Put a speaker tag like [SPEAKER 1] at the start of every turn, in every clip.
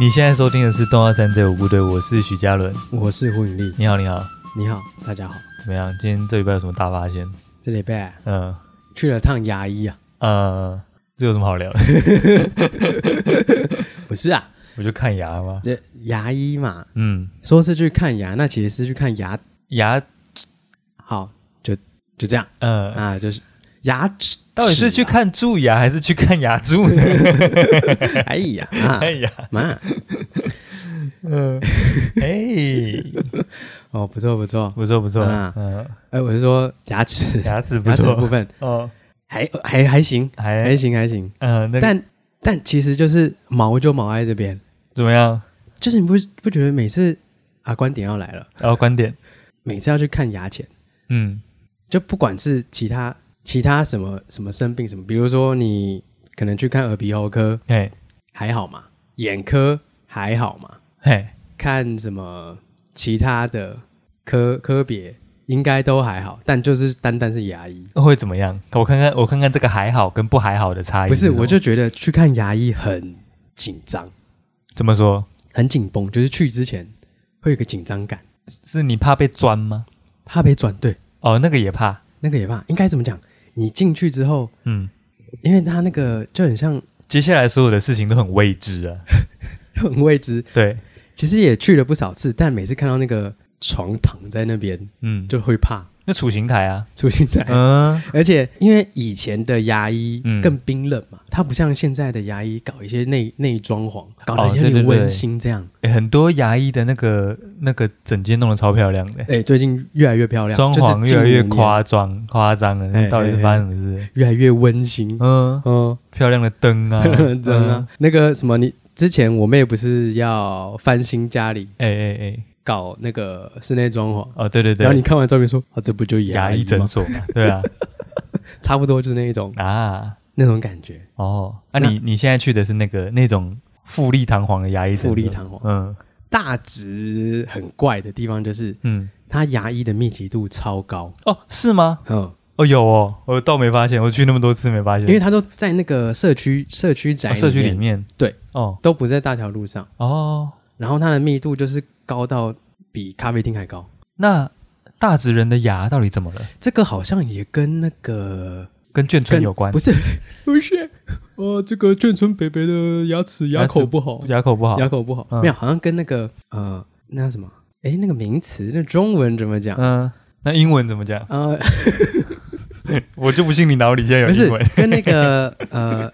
[SPEAKER 1] 你现在收听的是《动画三这五部队》，我是许嘉伦。
[SPEAKER 2] 我是胡永丽，
[SPEAKER 1] 你好，你好，
[SPEAKER 2] 你好，大家好。
[SPEAKER 1] 怎么样？今天这礼拜有什么大发现？
[SPEAKER 2] 这礼拜
[SPEAKER 1] 嗯
[SPEAKER 2] 去了趟牙医啊，
[SPEAKER 1] 呃，这有什么好聊的？
[SPEAKER 2] 不是啊，
[SPEAKER 1] 我就看牙吗？
[SPEAKER 2] 这牙医嘛，
[SPEAKER 1] 嗯，
[SPEAKER 2] 说是去看牙，那其实是去看牙。
[SPEAKER 1] 牙，
[SPEAKER 2] 好，就就这样
[SPEAKER 1] 呃，
[SPEAKER 2] 啊，就是牙齿。
[SPEAKER 1] 到底是去看蛀牙还是去看牙蛀呢？
[SPEAKER 2] 哎呀，啊
[SPEAKER 1] 哎呀，
[SPEAKER 2] 妈，
[SPEAKER 1] 嗯，哎，
[SPEAKER 2] 哦，不错不错。
[SPEAKER 1] 不错不错，
[SPEAKER 2] 啊
[SPEAKER 1] 嗯，
[SPEAKER 2] 哎，我是说牙齿，
[SPEAKER 1] 牙齿不
[SPEAKER 2] 牙齿的部
[SPEAKER 1] 错，哎
[SPEAKER 2] 分
[SPEAKER 1] 哦，
[SPEAKER 2] 还还还行，
[SPEAKER 1] 还
[SPEAKER 2] 还行还行，
[SPEAKER 1] 嗯，那个
[SPEAKER 2] 但但其实就是毛就毛在这边，
[SPEAKER 1] 怎么样？
[SPEAKER 2] 就是你不不觉得每次啊观点要来了，
[SPEAKER 1] 然后观点，
[SPEAKER 2] 每次要去看牙前。
[SPEAKER 1] 嗯
[SPEAKER 2] 就不管是其他其他什么什么生病什么，比如说你可能去看耳鼻喉科
[SPEAKER 1] 嘿
[SPEAKER 2] 还好嘛，眼科还好嘛，
[SPEAKER 1] 嘿，
[SPEAKER 2] 看什么其他的科科别应该都还好，但就是单单是牙医，
[SPEAKER 1] 会怎么样？我看看，我看看这个还好跟不还好的差异
[SPEAKER 2] 不
[SPEAKER 1] 什
[SPEAKER 2] 是，
[SPEAKER 1] 么。
[SPEAKER 2] 我就觉得去看牙医很紧张，
[SPEAKER 1] 怎么说？
[SPEAKER 2] 很紧绷，就是去之前会有一个紧张感，
[SPEAKER 1] 是你怕被钻吗？
[SPEAKER 2] 怕被转对，
[SPEAKER 1] 哦，那个也怕，
[SPEAKER 2] 那个也怕，应该怎么讲？你进去之后，
[SPEAKER 1] 嗯，
[SPEAKER 2] 因为他那个就很像
[SPEAKER 1] 接下来所有的事情都很未知啊。
[SPEAKER 2] 很未知，
[SPEAKER 1] 对，
[SPEAKER 2] 其实也去了不少次，但每次看到那个床躺在那边，
[SPEAKER 1] 嗯，就
[SPEAKER 2] 就会怕
[SPEAKER 1] 那处刑台啊，
[SPEAKER 2] 出现在。
[SPEAKER 1] 嗯，
[SPEAKER 2] 而且因为以前的牙医
[SPEAKER 1] 嗯
[SPEAKER 2] 更冰冷嘛，它不像现在的牙医搞一些内内装潢，搞得有
[SPEAKER 1] 对对
[SPEAKER 2] 点
[SPEAKER 1] 哦对
[SPEAKER 2] 温馨这样。
[SPEAKER 1] 诶很多牙医的那个那个整间弄得超漂亮的、
[SPEAKER 2] 哎、最近越来越漂亮，
[SPEAKER 1] 装潢
[SPEAKER 2] 啊就是
[SPEAKER 1] 越
[SPEAKER 2] 近
[SPEAKER 1] 来越
[SPEAKER 2] 五年
[SPEAKER 1] 夸张夸张了，那
[SPEAKER 2] 哎
[SPEAKER 1] 到底是发生什么事？
[SPEAKER 2] 越来越温馨。
[SPEAKER 1] 嗯，
[SPEAKER 2] 嗯，
[SPEAKER 1] 漂亮的灯 啊，
[SPEAKER 2] 真的、
[SPEAKER 1] 嗯
[SPEAKER 2] 啊，那个什么你。之前我妹不是要翻新家里，
[SPEAKER 1] 哎哎哎，
[SPEAKER 2] 搞那个室内装潢，
[SPEAKER 1] 哦，对对对，
[SPEAKER 2] 然后你看完照片说，啊，这不就
[SPEAKER 1] 牙
[SPEAKER 2] 医
[SPEAKER 1] 医
[SPEAKER 2] 吗
[SPEAKER 1] 诊，所嘛，对 啊，
[SPEAKER 2] 差不多就是那一种
[SPEAKER 1] 啊，
[SPEAKER 2] 那种感觉，
[SPEAKER 1] 哦，那、你你现在去的是那个那种富丽堂皇的牙医诊所，
[SPEAKER 2] 富丽堂皇。
[SPEAKER 1] 嗯
[SPEAKER 2] 大直很怪的地方就是
[SPEAKER 1] 嗯，
[SPEAKER 2] 它牙医的密集度超高，
[SPEAKER 1] 哦，是吗？
[SPEAKER 2] 嗯，
[SPEAKER 1] 哦，有哦，我倒没发现，我去那么多次没发现，
[SPEAKER 2] 因为它都在那个社区社区宅、
[SPEAKER 1] 哦社区里，面，
[SPEAKER 2] 对，
[SPEAKER 1] 哦
[SPEAKER 2] 都不在大条路上，
[SPEAKER 1] 哦，
[SPEAKER 2] 然后它的密度就是高到比咖啡厅还高。
[SPEAKER 1] 那大直人的牙到底怎么了？
[SPEAKER 2] 这个好像也跟那个
[SPEAKER 1] 跟眷村
[SPEAKER 2] 跟
[SPEAKER 1] 有关
[SPEAKER 2] 不，是 不是，呃，这个眷村北北的牙齿
[SPEAKER 1] 牙
[SPEAKER 2] 牙
[SPEAKER 1] 齿
[SPEAKER 2] 口不好，
[SPEAKER 1] 牙口不好，
[SPEAKER 2] 牙口不好，
[SPEAKER 1] 嗯
[SPEAKER 2] 没有，好像跟那个呃那什么，哎，那个名词，那中文怎么讲？
[SPEAKER 1] 嗯，那英文怎么讲？
[SPEAKER 2] 呃，
[SPEAKER 1] 我就不信你脑里现在有
[SPEAKER 2] 不是
[SPEAKER 1] 英文
[SPEAKER 2] 跟那个呃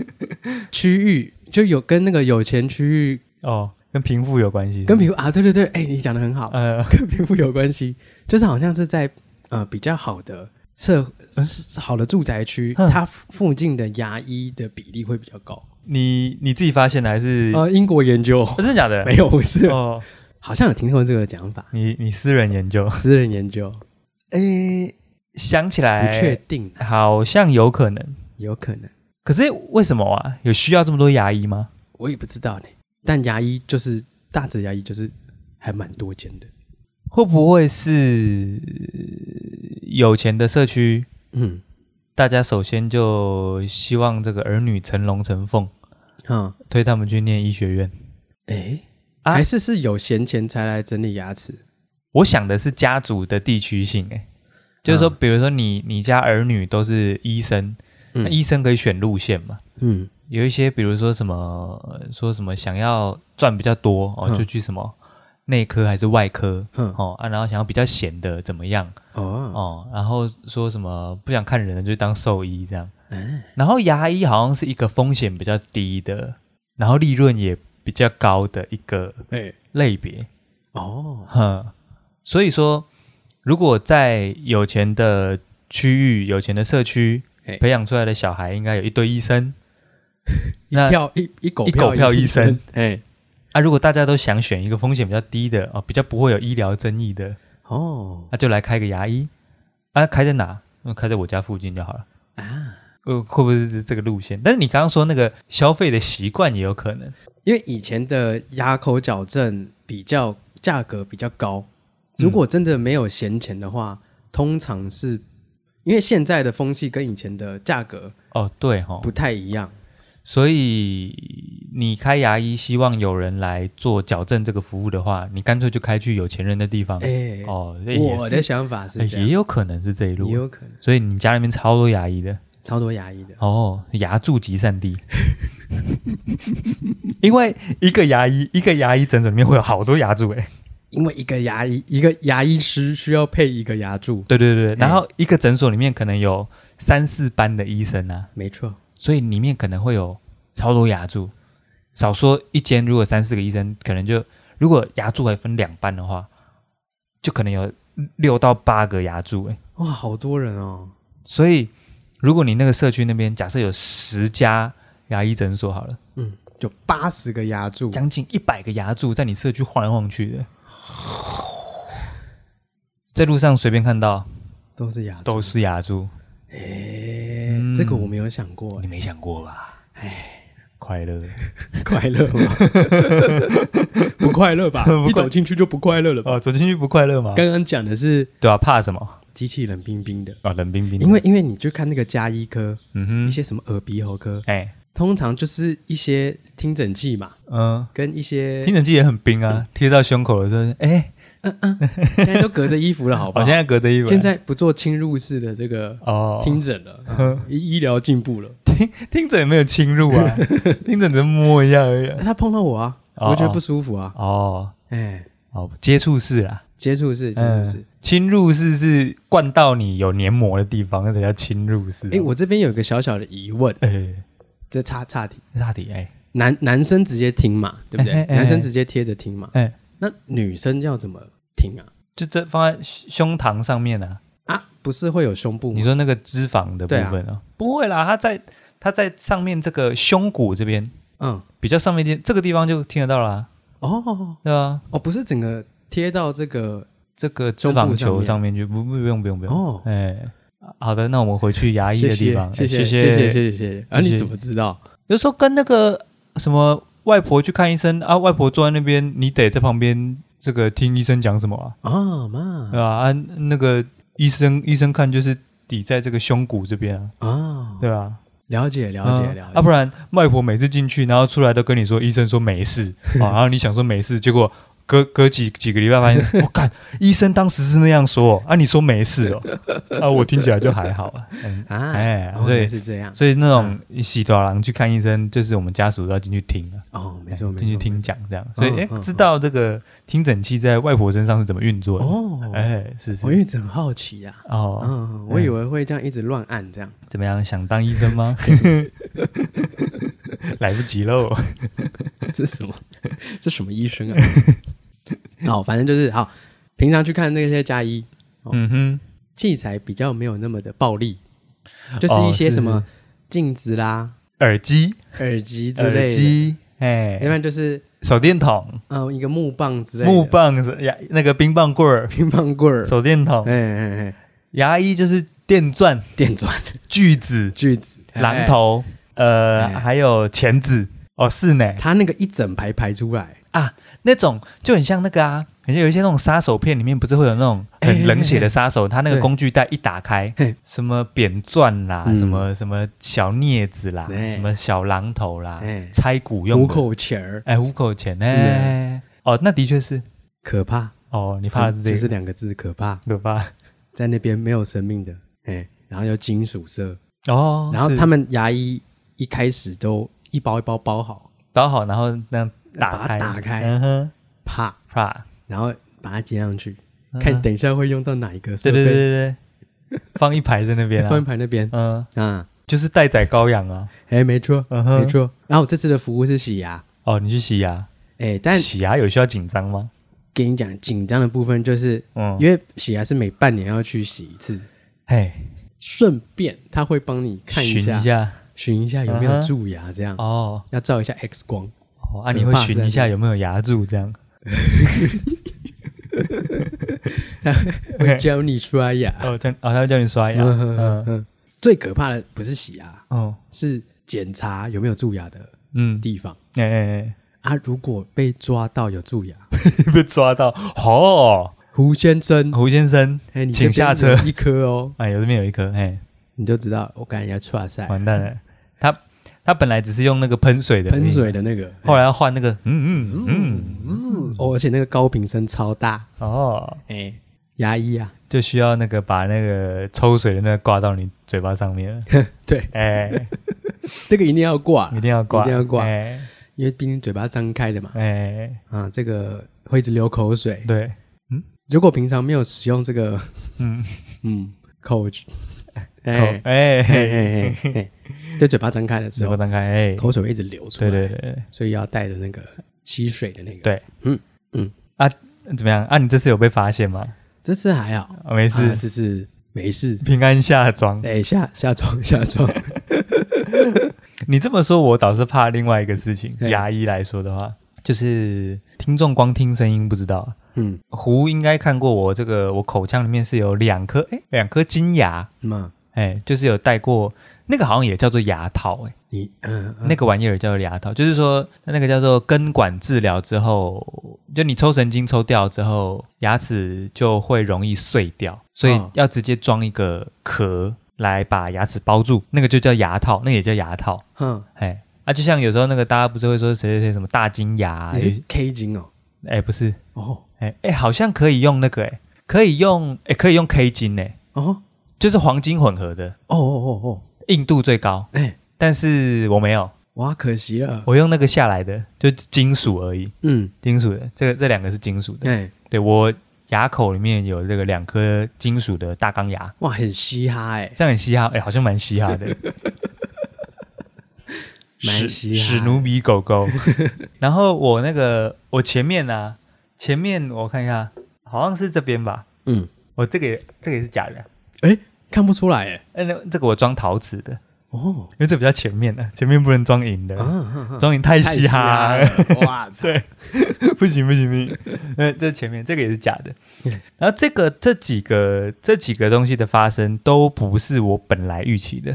[SPEAKER 2] 区域，就有跟那个有钱区域
[SPEAKER 1] 哦，跟贫富有关系，
[SPEAKER 2] 跟贫富啊，对对对，哎、你讲的很 好，
[SPEAKER 1] 呃
[SPEAKER 2] 跟贫富有关系，就是好像是在呃比较好的社、是好的住宅区，
[SPEAKER 1] 嗯
[SPEAKER 2] 它附近的牙医的比例会比较高。
[SPEAKER 1] 你你自己发现的还是哦
[SPEAKER 2] 呃，英国研究
[SPEAKER 1] 真的假的？
[SPEAKER 2] 没有，不是，
[SPEAKER 1] 哦，
[SPEAKER 2] 好像有听过这个讲法，
[SPEAKER 1] 你你私人研究，
[SPEAKER 2] 私人研究
[SPEAKER 1] 诶，想起来
[SPEAKER 2] 哎不确定，
[SPEAKER 1] 好像有可能，
[SPEAKER 2] 有可能，
[SPEAKER 1] 可是为什么啊？有需要这么多牙医吗？
[SPEAKER 2] 我也不知道呢。但牙医就是大直牙医，就是还蛮多见的。
[SPEAKER 1] 会不会是有钱的社区
[SPEAKER 2] 嗯，
[SPEAKER 1] 大家首先就希望这个儿女成龙成凤，
[SPEAKER 2] 啊、
[SPEAKER 1] 推他们去念医学院。
[SPEAKER 2] 哎、
[SPEAKER 1] 啊
[SPEAKER 2] 还是是有闲钱才来整理牙齿
[SPEAKER 1] 我想的是家族的地区性、欸，就是说，
[SPEAKER 2] 嗯
[SPEAKER 1] 比如说你你家儿女都是医生，
[SPEAKER 2] 嗯
[SPEAKER 1] 那医生可以选路线嘛？
[SPEAKER 2] 嗯
[SPEAKER 1] 有一些，比如说什么呃说什么想要赚比较多哦，
[SPEAKER 2] 嗯
[SPEAKER 1] 就去什么内科还是外科
[SPEAKER 2] 嗯
[SPEAKER 1] 哦啊，然后想要比较闲的怎么样
[SPEAKER 2] 哦，
[SPEAKER 1] 哦，然后说什么不想看人的就当兽医这样。
[SPEAKER 2] 哎
[SPEAKER 1] 然后牙医好像是一个风险比较低的，然后利润也比较高的一个
[SPEAKER 2] 哎
[SPEAKER 1] 类别，
[SPEAKER 2] 哦，
[SPEAKER 1] 哼。所以说，如果在有钱的区域、有钱的社区
[SPEAKER 2] 嘿
[SPEAKER 1] 培养出来的小孩，应该有一堆医生。
[SPEAKER 2] 一
[SPEAKER 1] 那
[SPEAKER 2] 票一一狗
[SPEAKER 1] 一狗票医生，
[SPEAKER 2] 哎
[SPEAKER 1] 啊，如果大家都想选一个风险比较低的哦，比较不会有医疗争议的，
[SPEAKER 2] 哦
[SPEAKER 1] 那、就来开个牙医。啊，开在哪？那开在我家附近就好了。
[SPEAKER 2] 啊，
[SPEAKER 1] 呃，会不会是这个路线？但是你刚刚说那个消费的习惯也有可能。
[SPEAKER 2] 因为以前的牙口矫正比较价格比较高，
[SPEAKER 1] 嗯
[SPEAKER 2] 如果真的没有闲钱的话，通常是因为现在的风气跟以前的价格
[SPEAKER 1] 哦，对哈、哦，
[SPEAKER 2] 不太一样，
[SPEAKER 1] 所以你开牙医希望有人来做矫正这个服务的话，你干脆就开去有钱人的地方。
[SPEAKER 2] 哎，
[SPEAKER 1] 哦，这也
[SPEAKER 2] 我的
[SPEAKER 1] 是，
[SPEAKER 2] 想法是
[SPEAKER 1] 哎
[SPEAKER 2] 这
[SPEAKER 1] 也
[SPEAKER 2] 样，
[SPEAKER 1] 有可能是这一
[SPEAKER 2] 也
[SPEAKER 1] 路。
[SPEAKER 2] 有可能
[SPEAKER 1] 所以你家那边超多牙医的
[SPEAKER 2] 超多牙医的，
[SPEAKER 1] 哦，牙柱集散 地。因为一个牙医，一个牙医诊所里面会有好多牙柱哎、
[SPEAKER 2] 因为一个牙医一个牙医师需要配一个牙柱，
[SPEAKER 1] 对对对，对
[SPEAKER 2] 哎
[SPEAKER 1] 然后一个诊所里面可能有三四班的医生啊，
[SPEAKER 2] 没错，
[SPEAKER 1] 所以里面可能会有超多牙柱，少说一间如果三四个医生，可能就如果牙柱还分两半的话，就可能有六到八个牙柱、欸。
[SPEAKER 2] 哇，好多人哦，
[SPEAKER 1] 所以如果你那个社区那边假设有十家牙医诊所好了，
[SPEAKER 2] 嗯，有八十个牙柱，
[SPEAKER 1] 将近一百个牙柱在你社区晃来晃去的，在路上随便看到
[SPEAKER 2] 都是牙柱，
[SPEAKER 1] 都是牙柱，
[SPEAKER 2] 哎
[SPEAKER 1] 嗯，
[SPEAKER 2] 这个我没有想过
[SPEAKER 1] 哦你，没想过吧？
[SPEAKER 2] 哎，
[SPEAKER 1] 快乐。
[SPEAKER 2] 快乐吗？ 不快乐吧？一走进去就不快乐了吧？
[SPEAKER 1] 哦，走进去不快乐吗？
[SPEAKER 2] 刚刚讲的是
[SPEAKER 1] 对啊，怕什么？
[SPEAKER 2] 机器冷冰冰的，
[SPEAKER 1] 啊、冷冰冰的。
[SPEAKER 2] 因为因为你就看那个加医科，
[SPEAKER 1] 嗯
[SPEAKER 2] 一
[SPEAKER 1] 哼，
[SPEAKER 2] 些什么耳鼻喉科，
[SPEAKER 1] 哎，
[SPEAKER 2] 通常就是一些听诊器嘛，
[SPEAKER 1] 嗯、
[SPEAKER 2] 跟一些
[SPEAKER 1] 听诊器也很冰啊，贴到胸口的时候，哎，
[SPEAKER 2] 现在都隔着衣服了，好
[SPEAKER 1] 我、
[SPEAKER 2] 不好？
[SPEAKER 1] 现在隔着衣服。
[SPEAKER 2] 哦
[SPEAKER 1] 啊
[SPEAKER 2] 现在不做侵入式的这个
[SPEAKER 1] 哦，
[SPEAKER 2] 听诊了，啊医医疗进步了。
[SPEAKER 1] 听诊也没有侵入 啊，听诊只是摸一下而已啊。
[SPEAKER 2] 他碰到我啊，
[SPEAKER 1] 哦
[SPEAKER 2] 我觉得不舒服啊，
[SPEAKER 1] 哦，
[SPEAKER 2] 哎，
[SPEAKER 1] 哦，接触式啦，
[SPEAKER 2] 接触式接触式
[SPEAKER 1] 嗯。侵入式是灌到你有黏膜的地方，那才叫侵入式、
[SPEAKER 2] 哎，我这边有一个小小的疑问，
[SPEAKER 1] 哎，
[SPEAKER 2] 这差差题，
[SPEAKER 1] 大底哎
[SPEAKER 2] 男男生直接听嘛，对不
[SPEAKER 1] 哎
[SPEAKER 2] 对？
[SPEAKER 1] 哎哎
[SPEAKER 2] 男生直接贴着听嘛，
[SPEAKER 1] 哎，
[SPEAKER 2] 那女生要怎么听啊？
[SPEAKER 1] 就这放在胸膛上面啊。
[SPEAKER 2] 啊，不是会有胸部
[SPEAKER 1] 你
[SPEAKER 2] 吗？
[SPEAKER 1] 说那个脂肪的部分啊？不会啦，它在它在上面这个胸骨这边
[SPEAKER 2] 嗯，
[SPEAKER 1] 比较上面这这个地方就听得到啦，
[SPEAKER 2] 哦
[SPEAKER 1] 对吧？
[SPEAKER 2] 哦，不是整个贴到这个
[SPEAKER 1] 这个脂肪球
[SPEAKER 2] 胸部
[SPEAKER 1] 上
[SPEAKER 2] 上
[SPEAKER 1] 面就不不不用不用不用
[SPEAKER 2] 哦
[SPEAKER 1] 哎，好的，那我们回去牙医的地方，
[SPEAKER 2] 谢
[SPEAKER 1] 哎
[SPEAKER 2] 谢谢谢谢
[SPEAKER 1] 谢。
[SPEAKER 2] 谢谢谢。啊，
[SPEAKER 1] 谢谢
[SPEAKER 2] 你怎么知道？
[SPEAKER 1] 有时候跟那个什么外婆去看医生啊，外婆坐在那边，你得在旁边这个听医生讲什么啊，
[SPEAKER 2] 啊妈
[SPEAKER 1] 对吧？啊，那个医生医生看就是抵在这个胸骨这边啊，
[SPEAKER 2] 啊，
[SPEAKER 1] 对吧？
[SPEAKER 2] 了解了解
[SPEAKER 1] 嗯
[SPEAKER 2] 了
[SPEAKER 1] 啊，不
[SPEAKER 2] 解。
[SPEAKER 1] 然外婆每次进去，然后出来都跟你说医生说没 事啊，然后你想说没事，结果隔隔几几个礼拜发 现，我干，医生当时是那样说啊，你说没事哦， 啊，我听起来就还好啊，嗯
[SPEAKER 2] 啊，
[SPEAKER 1] 哎
[SPEAKER 2] 哦
[SPEAKER 1] 对
[SPEAKER 2] 原来是这啊样
[SPEAKER 1] 所以那种洗头郎去看医生，就是我们家属都要进去听啊，
[SPEAKER 2] 哦，没
[SPEAKER 1] 哎
[SPEAKER 2] 错没错，
[SPEAKER 1] 进去听讲这样，所以
[SPEAKER 2] 嗯
[SPEAKER 1] 哎，
[SPEAKER 2] 嗯
[SPEAKER 1] 知道这个听诊器在外婆身上是怎么运作的，
[SPEAKER 2] 哦，
[SPEAKER 1] 哎，是是
[SPEAKER 2] 我一直很好奇呀，
[SPEAKER 1] 哦，嗯
[SPEAKER 2] 嗯，我以为会这样一直乱按这样，
[SPEAKER 1] 怎么样，想当医生吗？ 来不及喽，
[SPEAKER 2] 这是 什么？这什么医生啊？好，反正就是好，平常去看那些加医哦
[SPEAKER 1] 嗯哼。
[SPEAKER 2] 器材比较没有那么的暴力，就是
[SPEAKER 1] 哦
[SPEAKER 2] 一些
[SPEAKER 1] 是
[SPEAKER 2] 什么
[SPEAKER 1] 是
[SPEAKER 2] 镜子啦、
[SPEAKER 1] 耳机
[SPEAKER 2] 耳机之
[SPEAKER 1] 耳
[SPEAKER 2] 类的，
[SPEAKER 1] 机，哎
[SPEAKER 2] 要不，然就是
[SPEAKER 1] 手电筒、
[SPEAKER 2] 嗯一个木棒之类的，
[SPEAKER 1] 木棒是牙那个冰棒棍儿、
[SPEAKER 2] 乒乓棍儿，
[SPEAKER 1] 手电筒、
[SPEAKER 2] 哎哎哎，
[SPEAKER 1] 牙医就是电钻、
[SPEAKER 2] 电钻、
[SPEAKER 1] 锯子、
[SPEAKER 2] 锯子、
[SPEAKER 1] 榔
[SPEAKER 2] 哎，
[SPEAKER 1] 头，呃，
[SPEAKER 2] 哎
[SPEAKER 1] 还有钳子。哦，是呢，啊
[SPEAKER 2] 他那个一整排排出来，
[SPEAKER 1] 那种就很像那个啊，很像有一些那种杀手片里面不是会有那种
[SPEAKER 2] 哎
[SPEAKER 1] 很冷血的杀手，他那个
[SPEAKER 2] 对
[SPEAKER 1] 工具袋一打开
[SPEAKER 2] 嘿，
[SPEAKER 1] 什么扁钻啦，
[SPEAKER 2] 嗯
[SPEAKER 1] 什么什么小镊子啦，
[SPEAKER 2] 哎
[SPEAKER 1] 什么小榔头啦
[SPEAKER 2] 哎，
[SPEAKER 1] 拆骨用
[SPEAKER 2] 虎
[SPEAKER 1] 的，
[SPEAKER 2] 口钳儿，
[SPEAKER 1] 哎，虎口钳，哎，哦，那的确是，
[SPEAKER 2] 可怕，
[SPEAKER 1] 哦，你怕的是这
[SPEAKER 2] 就
[SPEAKER 1] 个
[SPEAKER 2] 是。两个字，可怕，
[SPEAKER 1] 对吧？
[SPEAKER 2] 在那边没有生命的，哎，然后又金属色，
[SPEAKER 1] 哦，
[SPEAKER 2] 然后
[SPEAKER 1] 是
[SPEAKER 2] 他们牙医一开始都一包一包包好，
[SPEAKER 1] 搞好，然后那样打开，
[SPEAKER 2] 把它打开
[SPEAKER 1] 嗯哼，
[SPEAKER 2] 啪，
[SPEAKER 1] 啪，
[SPEAKER 2] 然后把它接上去，
[SPEAKER 1] 嗯
[SPEAKER 2] 看等一下会用到哪一个设
[SPEAKER 1] 对
[SPEAKER 2] 备，
[SPEAKER 1] 对对对对，放一排在那边
[SPEAKER 2] 翻
[SPEAKER 1] 啊，
[SPEAKER 2] 牌那边
[SPEAKER 1] 嗯，
[SPEAKER 2] 啊，
[SPEAKER 1] 就是待宰羔羊啊，
[SPEAKER 2] 哎，没错，
[SPEAKER 1] 嗯
[SPEAKER 2] 没
[SPEAKER 1] 哼，
[SPEAKER 2] 错。然后我这次的服务是洗牙，
[SPEAKER 1] 哦，你去洗牙，
[SPEAKER 2] 哎，但
[SPEAKER 1] 洗牙有需要紧张吗？
[SPEAKER 2] 跟你讲紧张的部分就是，
[SPEAKER 1] 嗯，
[SPEAKER 2] 因为洗牙是每半年要去洗一次，
[SPEAKER 1] 嘿，
[SPEAKER 2] 顺便他会帮你看
[SPEAKER 1] 巡
[SPEAKER 2] 一下，
[SPEAKER 1] 下，
[SPEAKER 2] 寻一下有没
[SPEAKER 1] 嗯
[SPEAKER 2] 有
[SPEAKER 1] 哼
[SPEAKER 2] 蛀牙，这样
[SPEAKER 1] 哦，
[SPEAKER 2] 要照一下 X 光。
[SPEAKER 1] 哦，啊，
[SPEAKER 2] 可
[SPEAKER 1] 你会
[SPEAKER 2] 怕
[SPEAKER 1] 巡
[SPEAKER 2] 在
[SPEAKER 1] 一
[SPEAKER 2] 那
[SPEAKER 1] 下有没有牙柱这 样？
[SPEAKER 2] 会教你刷牙。
[SPEAKER 1] 哦，叫，哦，他会叫你刷牙，
[SPEAKER 2] 嗯嗯
[SPEAKER 1] 嗯，
[SPEAKER 2] 嗯，最可怕的不是洗牙，
[SPEAKER 1] 哦，
[SPEAKER 2] 是检查有没有蛀牙的
[SPEAKER 1] 嗯，
[SPEAKER 2] 地方
[SPEAKER 1] 哎哎
[SPEAKER 2] 啊。如果被抓到有蛀牙，
[SPEAKER 1] 哎，被抓到，哦，
[SPEAKER 2] 胡先生，
[SPEAKER 1] 胡先生，
[SPEAKER 2] 哎，你
[SPEAKER 1] 请
[SPEAKER 2] 这边
[SPEAKER 1] 下车
[SPEAKER 2] 有一颗哦，
[SPEAKER 1] 哎，有这边有一颗，哎，
[SPEAKER 2] 你就知道我刚才要出来塞。
[SPEAKER 1] 完蛋了，他他本来只是用那个喷水的
[SPEAKER 2] 喷，水的那个，
[SPEAKER 1] 后来要换那个嗯嗯嗯
[SPEAKER 2] 哦，而且那个高频声超大，
[SPEAKER 1] 哦，
[SPEAKER 2] 哎，牙医啊，
[SPEAKER 1] 就需要那个把那个抽水的那个挂到你嘴巴上 面，
[SPEAKER 2] 对，
[SPEAKER 1] 哎、
[SPEAKER 2] 这个一定要挂
[SPEAKER 1] 一，定要挂，
[SPEAKER 2] 一定要挂
[SPEAKER 1] 哎
[SPEAKER 2] 因为毕竟嘴巴张开的嘛，
[SPEAKER 1] 哎、
[SPEAKER 2] 啊，这个会一直流口水。
[SPEAKER 1] 对，
[SPEAKER 2] 如果平常没有使用这个，
[SPEAKER 1] 嗯，
[SPEAKER 2] 嗯，口，
[SPEAKER 1] 口
[SPEAKER 2] 哎，
[SPEAKER 1] 哎、
[SPEAKER 2] 嘿嘿嘿嘿， 就嘴巴张开的时
[SPEAKER 1] 嘴巴
[SPEAKER 2] 候，
[SPEAKER 1] 张开，哎、
[SPEAKER 2] 口水会一直流出
[SPEAKER 1] 对
[SPEAKER 2] 来，
[SPEAKER 1] 对对对
[SPEAKER 2] 所以要带着那个吸水的那个。，
[SPEAKER 1] 对，
[SPEAKER 2] 嗯嗯，
[SPEAKER 1] 啊，怎么样？啊，你这次有被发现吗？
[SPEAKER 2] 这次还好，
[SPEAKER 1] 啊、没事，
[SPEAKER 2] 啊这次没事。
[SPEAKER 1] 平安下妆。
[SPEAKER 2] 哎，下下装 下装，
[SPEAKER 1] 你这么说，我倒是怕另外一个事情。
[SPEAKER 2] 哎
[SPEAKER 1] 牙医来说的话，就是听众光听声音不知道，
[SPEAKER 2] 嗯，
[SPEAKER 1] 胡应该看过我这个，我口腔里面是有两颗，哎，两颗金牙，
[SPEAKER 2] 嘛，
[SPEAKER 1] 哎，就是有戴过那个好像也叫做牙套，哎，
[SPEAKER 2] 你嗯嗯
[SPEAKER 1] 那个玩意儿叫做牙套，就是说那个叫做根管治疗之后，就你抽神经抽掉之后，牙齿就会容易碎掉，所以
[SPEAKER 2] 哦
[SPEAKER 1] 要直接装一个壳来把牙齿包住，那个就叫牙套，那个也叫牙套，
[SPEAKER 2] 哼，
[SPEAKER 1] 哎。啊，就像有时候那个大家不是会说谁谁谁什么大金牙啊，
[SPEAKER 2] 你
[SPEAKER 1] 有
[SPEAKER 2] 是 K 金哦，
[SPEAKER 1] 哎、不是，
[SPEAKER 2] 哦
[SPEAKER 1] 哎、哎、好像可以用那个哎、可以用哎、可以用 K 金哎、
[SPEAKER 2] 哦
[SPEAKER 1] 就是黄金混合的，
[SPEAKER 2] 哦哦哦，
[SPEAKER 1] 硬度最高，
[SPEAKER 2] 哎，
[SPEAKER 1] 但是我没有，
[SPEAKER 2] 哇，可惜了，
[SPEAKER 1] 我用那个下来的，就金属而已，
[SPEAKER 2] 嗯，
[SPEAKER 1] 金属的，这个这两个是金属的，
[SPEAKER 2] 哎，
[SPEAKER 1] 对我牙口里面有这个两颗金属的大钢牙，
[SPEAKER 2] 哇，很嘻哈哎，
[SPEAKER 1] 这样很嘻哈，哎、好像蛮嘻哈的，
[SPEAKER 2] 蛮嘻哈
[SPEAKER 1] 史努比狗 狗。然后我那个我前面呢、前面我看一下，好像是这边吧，
[SPEAKER 2] 嗯，
[SPEAKER 1] 我这个也这个也是假的，
[SPEAKER 2] 哎，看不出来哎，
[SPEAKER 1] 哎、那这个我装陶瓷的。
[SPEAKER 2] 哦
[SPEAKER 1] 因为这比较前面的、前面不能装银的，
[SPEAKER 2] 啊啊，啊
[SPEAKER 1] 装银太
[SPEAKER 2] 太
[SPEAKER 1] 嘻哈了，
[SPEAKER 2] 了， 哇操，
[SPEAKER 1] 对， 不行不行不行，呃，这前面这个也是假的。然后这个这几个这几个东西的发生都不是我本来预期的，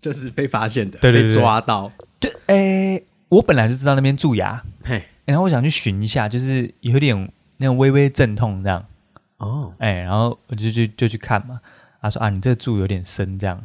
[SPEAKER 2] 就是被发现的，
[SPEAKER 1] 对对对
[SPEAKER 2] 被抓到，
[SPEAKER 1] 就诶，我本来就知道那边蛀牙，
[SPEAKER 2] 嘿，
[SPEAKER 1] 然后我想去寻一下，就是有点那种微微阵痛这样，
[SPEAKER 2] 哦，
[SPEAKER 1] 哎，然后我就去就去看嘛，他说啊，你这个蛀有点深这样，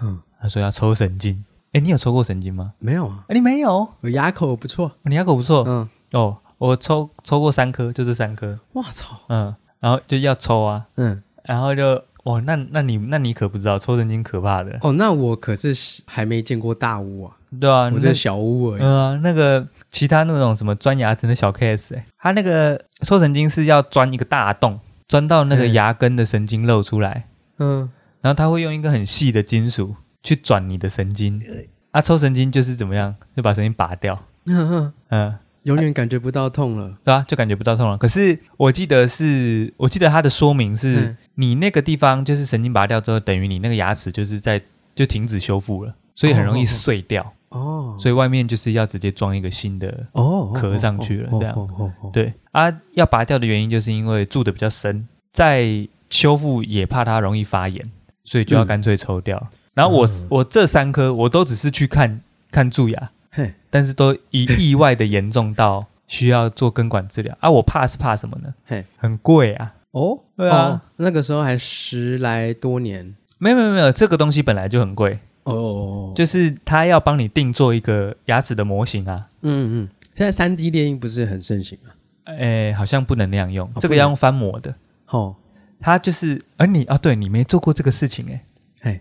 [SPEAKER 2] 嗯，
[SPEAKER 1] 他说要啊抽神经，哎，你有抽过神经吗？
[SPEAKER 2] 没有啊，
[SPEAKER 1] 哎，你没有，
[SPEAKER 2] 我牙口不错，
[SPEAKER 1] 你牙口不错，
[SPEAKER 2] 嗯，
[SPEAKER 1] 哦，我抽抽过三颗，就这三颗，
[SPEAKER 2] 哇操，
[SPEAKER 1] 嗯，然后就要抽啊，
[SPEAKER 2] 嗯，
[SPEAKER 1] 然后就哇，那那你那你可不知道抽神经可怕的，
[SPEAKER 2] 哦，那我可是还没见过大屋啊，
[SPEAKER 1] 对啊，
[SPEAKER 2] 我
[SPEAKER 1] 那
[SPEAKER 2] 这小屋而已，
[SPEAKER 1] 嗯啊，那个其他那种什么钻牙齿的小 case，欸他那个抽神经是要钻一个大洞，钻到那个
[SPEAKER 2] 嗯
[SPEAKER 1] 牙根的神经露出来，
[SPEAKER 2] 嗯，
[SPEAKER 1] 然后他会用一个很细的金属去转你的神经，啊，抽神经就是怎么样，就把神经拔掉，
[SPEAKER 2] 嗯嗯，
[SPEAKER 1] 嗯。
[SPEAKER 2] 永远感觉不到痛了，
[SPEAKER 1] 对啊，就感觉不到痛了。可是我记得是，我记得它的说明是，
[SPEAKER 2] 嗯
[SPEAKER 1] 你那个地方就是神经拔掉之后，等于你那个牙齿就是在就停止修复了，所以很容易碎掉。
[SPEAKER 2] 哦，
[SPEAKER 1] 所以外面就是要直接装一个新的。
[SPEAKER 2] 哦，哦
[SPEAKER 1] 咳上去了
[SPEAKER 2] 哦
[SPEAKER 1] 这样
[SPEAKER 2] 哦哦哦，哦，
[SPEAKER 1] 对啊，要拔掉的原因就是因为蛀的比较深，在修复也怕它容易发炎，所以就要
[SPEAKER 2] 嗯
[SPEAKER 1] 干脆抽掉。然后我、
[SPEAKER 2] 嗯
[SPEAKER 1] 我这三颗我都只是去看看蛀牙，
[SPEAKER 2] 嘿，
[SPEAKER 1] 但是都以意外的严重到需要做根管治疗啊！我怕是怕什么呢？
[SPEAKER 2] 嘿，
[SPEAKER 1] 很贵啊！
[SPEAKER 2] 哦，
[SPEAKER 1] 对啊
[SPEAKER 2] 哦，那个时候还十来多年，
[SPEAKER 1] 没有没有没有，这个东西本来就很贵，
[SPEAKER 2] 哦哦，就
[SPEAKER 1] 就是他要帮你定做一个牙齿的模型啊。
[SPEAKER 2] 嗯嗯，现在三 D 猎鹰不是很盛行吗？
[SPEAKER 1] 诶，好像不能那样用，
[SPEAKER 2] 哎哦
[SPEAKER 1] 这个要用翻模的。
[SPEAKER 2] 哦，
[SPEAKER 1] 它就是，而、你啊，对你没做过这个事情诶，
[SPEAKER 2] 嘿，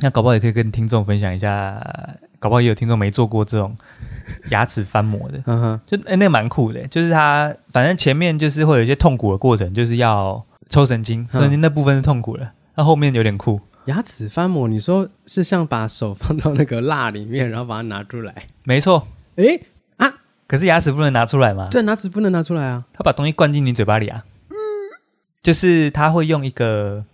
[SPEAKER 1] 那搞不好也可以跟听众分享一下，搞不好也有听众没做过这 种牙齿翻模的，
[SPEAKER 2] 嗯哼，
[SPEAKER 1] 就诶，那个蛮酷的，就是它反正前面就是会有一些痛苦的过程，就是要抽神经，
[SPEAKER 2] 嗯
[SPEAKER 1] 神经那部分是痛苦的，那后面有点酷，
[SPEAKER 2] 牙齿翻模，你说是像把手放到那个蜡里面，然后把它拿出来？
[SPEAKER 1] 没错。
[SPEAKER 2] 诶，啊，
[SPEAKER 1] 可是牙齿不能拿出来嘛，
[SPEAKER 2] 对，牙齿不能拿出来啊。
[SPEAKER 1] 他把东西灌进你嘴巴里啊，就是他会用一个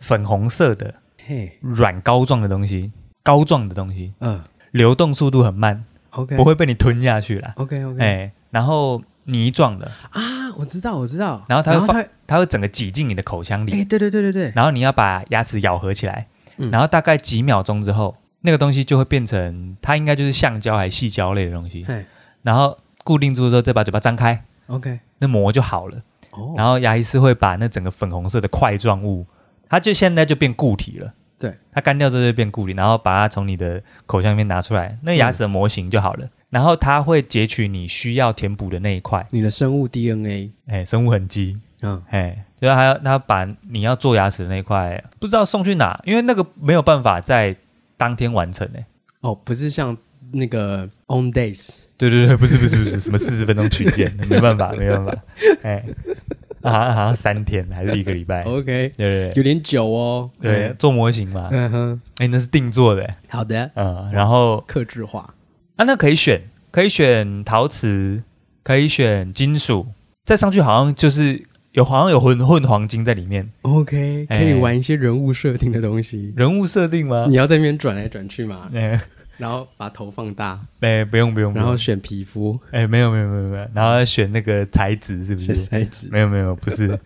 [SPEAKER 1] 粉红色的
[SPEAKER 2] 嘿，
[SPEAKER 1] 软膏状的东西，膏状的东西，
[SPEAKER 2] 嗯
[SPEAKER 1] 流动速度很慢，
[SPEAKER 2] ，OK，
[SPEAKER 1] 不会被你吞下去啦。
[SPEAKER 2] ，OK OK，
[SPEAKER 1] 哎，然后泥状的，
[SPEAKER 2] 啊，我知道，我知道。
[SPEAKER 1] 然后它会放
[SPEAKER 2] 它，
[SPEAKER 1] 它会整个挤进你的口腔
[SPEAKER 2] 哎，
[SPEAKER 1] 里，
[SPEAKER 2] 对对对对对，
[SPEAKER 1] 然后你要把牙齿咬合起来，
[SPEAKER 2] 嗯
[SPEAKER 1] 然后大概几秒钟之后，那个东西就会变成它应该就是橡胶还是细胶类的东西，
[SPEAKER 2] 嘿
[SPEAKER 1] 然后固定住之后再把嘴巴张开，
[SPEAKER 2] ，OK，
[SPEAKER 1] 那膜就好了。
[SPEAKER 2] 哦，
[SPEAKER 1] 然后牙医师会把那整个粉红色的块状物，它就现在就变固体了，
[SPEAKER 2] 对，
[SPEAKER 1] 它干掉之后就变固体，然后把它从你的口腔里面拿出来，那牙齿的模型就好了。然后它会截取你需要填补的那一块，
[SPEAKER 2] 你的生物 DNA，
[SPEAKER 1] 哎，生物痕迹，
[SPEAKER 2] 嗯，
[SPEAKER 1] 哎，就是还要它把你要做牙齿的那一块，不知道送去哪，因为那个没有办法在当天完成哎。
[SPEAKER 2] 哦，不是像那个 on days，
[SPEAKER 1] 对对对，不是不是不是，什么四十分钟取件，没办法，没办法， 哎，啊好像好像三天还是一个礼拜，对
[SPEAKER 2] OK，
[SPEAKER 1] 对对
[SPEAKER 2] 有点久哦。
[SPEAKER 1] 哦对，做模型嘛，
[SPEAKER 2] 嗯哼，
[SPEAKER 1] 哎，那是定做的，
[SPEAKER 2] 好的，
[SPEAKER 1] 嗯，然后
[SPEAKER 2] 克制化。
[SPEAKER 1] 啊，那可以选，可以选陶瓷，可以选金属，再上去好像就是有好像有混混黄金在里面，
[SPEAKER 2] OK，可
[SPEAKER 1] 哎
[SPEAKER 2] 以玩一些人物设定的东西。
[SPEAKER 1] 人物设定吗
[SPEAKER 2] 你？要在那边转来转去嘛，
[SPEAKER 1] 哎
[SPEAKER 2] 然后把头放大，
[SPEAKER 1] 哎，不用不用，不
[SPEAKER 2] 然后
[SPEAKER 1] 用
[SPEAKER 2] 选皮肤、
[SPEAKER 1] 哎没有没有没有没有，然后选那个材质是不
[SPEAKER 2] 选
[SPEAKER 1] 是？
[SPEAKER 2] 材质、
[SPEAKER 1] 没有没有不是，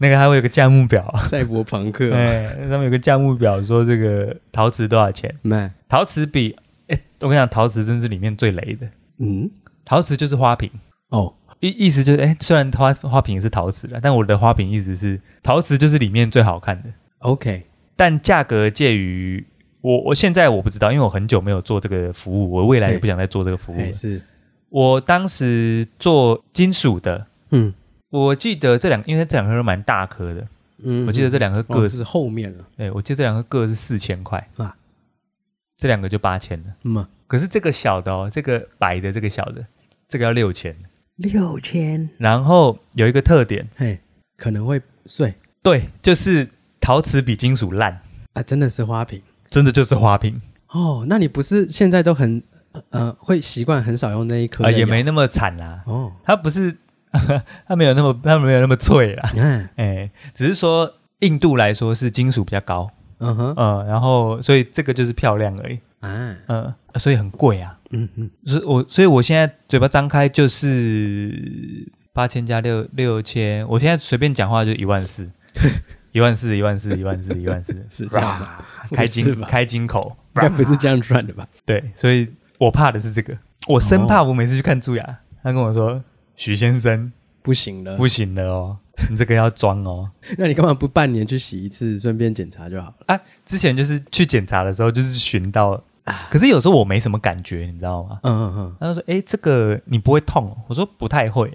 [SPEAKER 1] 那个还会有个价目表。
[SPEAKER 2] 赛 博朋克，
[SPEAKER 1] 哎，上面有个价目表说这个陶瓷多少钱？
[SPEAKER 2] 卖，
[SPEAKER 1] 陶瓷比哎，我跟你讲，陶瓷真是里面最雷的。
[SPEAKER 2] 嗯，
[SPEAKER 1] 陶瓷就是花瓶，
[SPEAKER 2] 哦，
[SPEAKER 1] 意意思就是哎，虽然花花瓶也是陶瓷的，但我的花瓶意思是陶瓷就是里面最好看的，
[SPEAKER 2] OK，
[SPEAKER 1] 但价格介于我我现在我不知道，因为我很久没有做这个服务，我未来也不想再做这个服务
[SPEAKER 2] 还
[SPEAKER 1] 了。
[SPEAKER 2] 哎是
[SPEAKER 1] 我当时做金属的，
[SPEAKER 2] 嗯
[SPEAKER 1] 我记得这两，因为这两颗都蛮大颗的，
[SPEAKER 2] 嗯，
[SPEAKER 1] 我记得这两颗
[SPEAKER 2] 哦
[SPEAKER 1] 各是，
[SPEAKER 2] 是后面了，
[SPEAKER 1] 对我记得这两颗各是四千块
[SPEAKER 2] 啊
[SPEAKER 1] 这两个就八千了。
[SPEAKER 2] 嗯，
[SPEAKER 1] 可是这个小的哦，这个白的这个小的，这个要六千。
[SPEAKER 2] 六千，
[SPEAKER 1] 然后有一个特点，
[SPEAKER 2] 嘿，可能会碎
[SPEAKER 1] 对，就是陶瓷比金属烂，
[SPEAKER 2] 啊，真的是花瓶
[SPEAKER 1] 真的就是花瓶
[SPEAKER 2] 哦。那你不是现在都很呃会习惯很少用那一颗
[SPEAKER 1] 啊、
[SPEAKER 2] 在咬、
[SPEAKER 1] 也没那么惨啦。
[SPEAKER 2] 哦，
[SPEAKER 1] 它不是， 它没有那么，它没有那么脆啦。
[SPEAKER 2] 你看，
[SPEAKER 1] 哎，只是说硬度来说是金属比较高，
[SPEAKER 2] 嗯哼
[SPEAKER 1] 嗯，然后所以这个就是漂亮而已，
[SPEAKER 2] 啊，
[SPEAKER 1] 嗯，所以很贵啊。
[SPEAKER 2] 嗯嗯，
[SPEAKER 1] 所以我所以我现在嘴巴张开就是八千加六六千，我现在随便讲话就一万四，一万四，一万四，一万四，一万 四，
[SPEAKER 2] 是这样吧？
[SPEAKER 1] 开
[SPEAKER 2] 不是
[SPEAKER 1] 金
[SPEAKER 2] 吧？
[SPEAKER 1] 开金口，
[SPEAKER 2] 应该不是这样转的吧？
[SPEAKER 1] 对，所以我怕的是这个，我生怕我每次去看蛀牙，他跟我说许先生
[SPEAKER 2] 不行了，
[SPEAKER 1] 不行了哦，你这个要装哦。
[SPEAKER 2] 那你干嘛不半年去洗一次，顺便检查就好了？
[SPEAKER 1] 啊，之前就是去检查的时候，就是寻到，可是有时候我没什么感觉，你知道吗？
[SPEAKER 2] 嗯嗯
[SPEAKER 1] 他就说：“哎、这个你不会痛、哦？”我说：“不太会。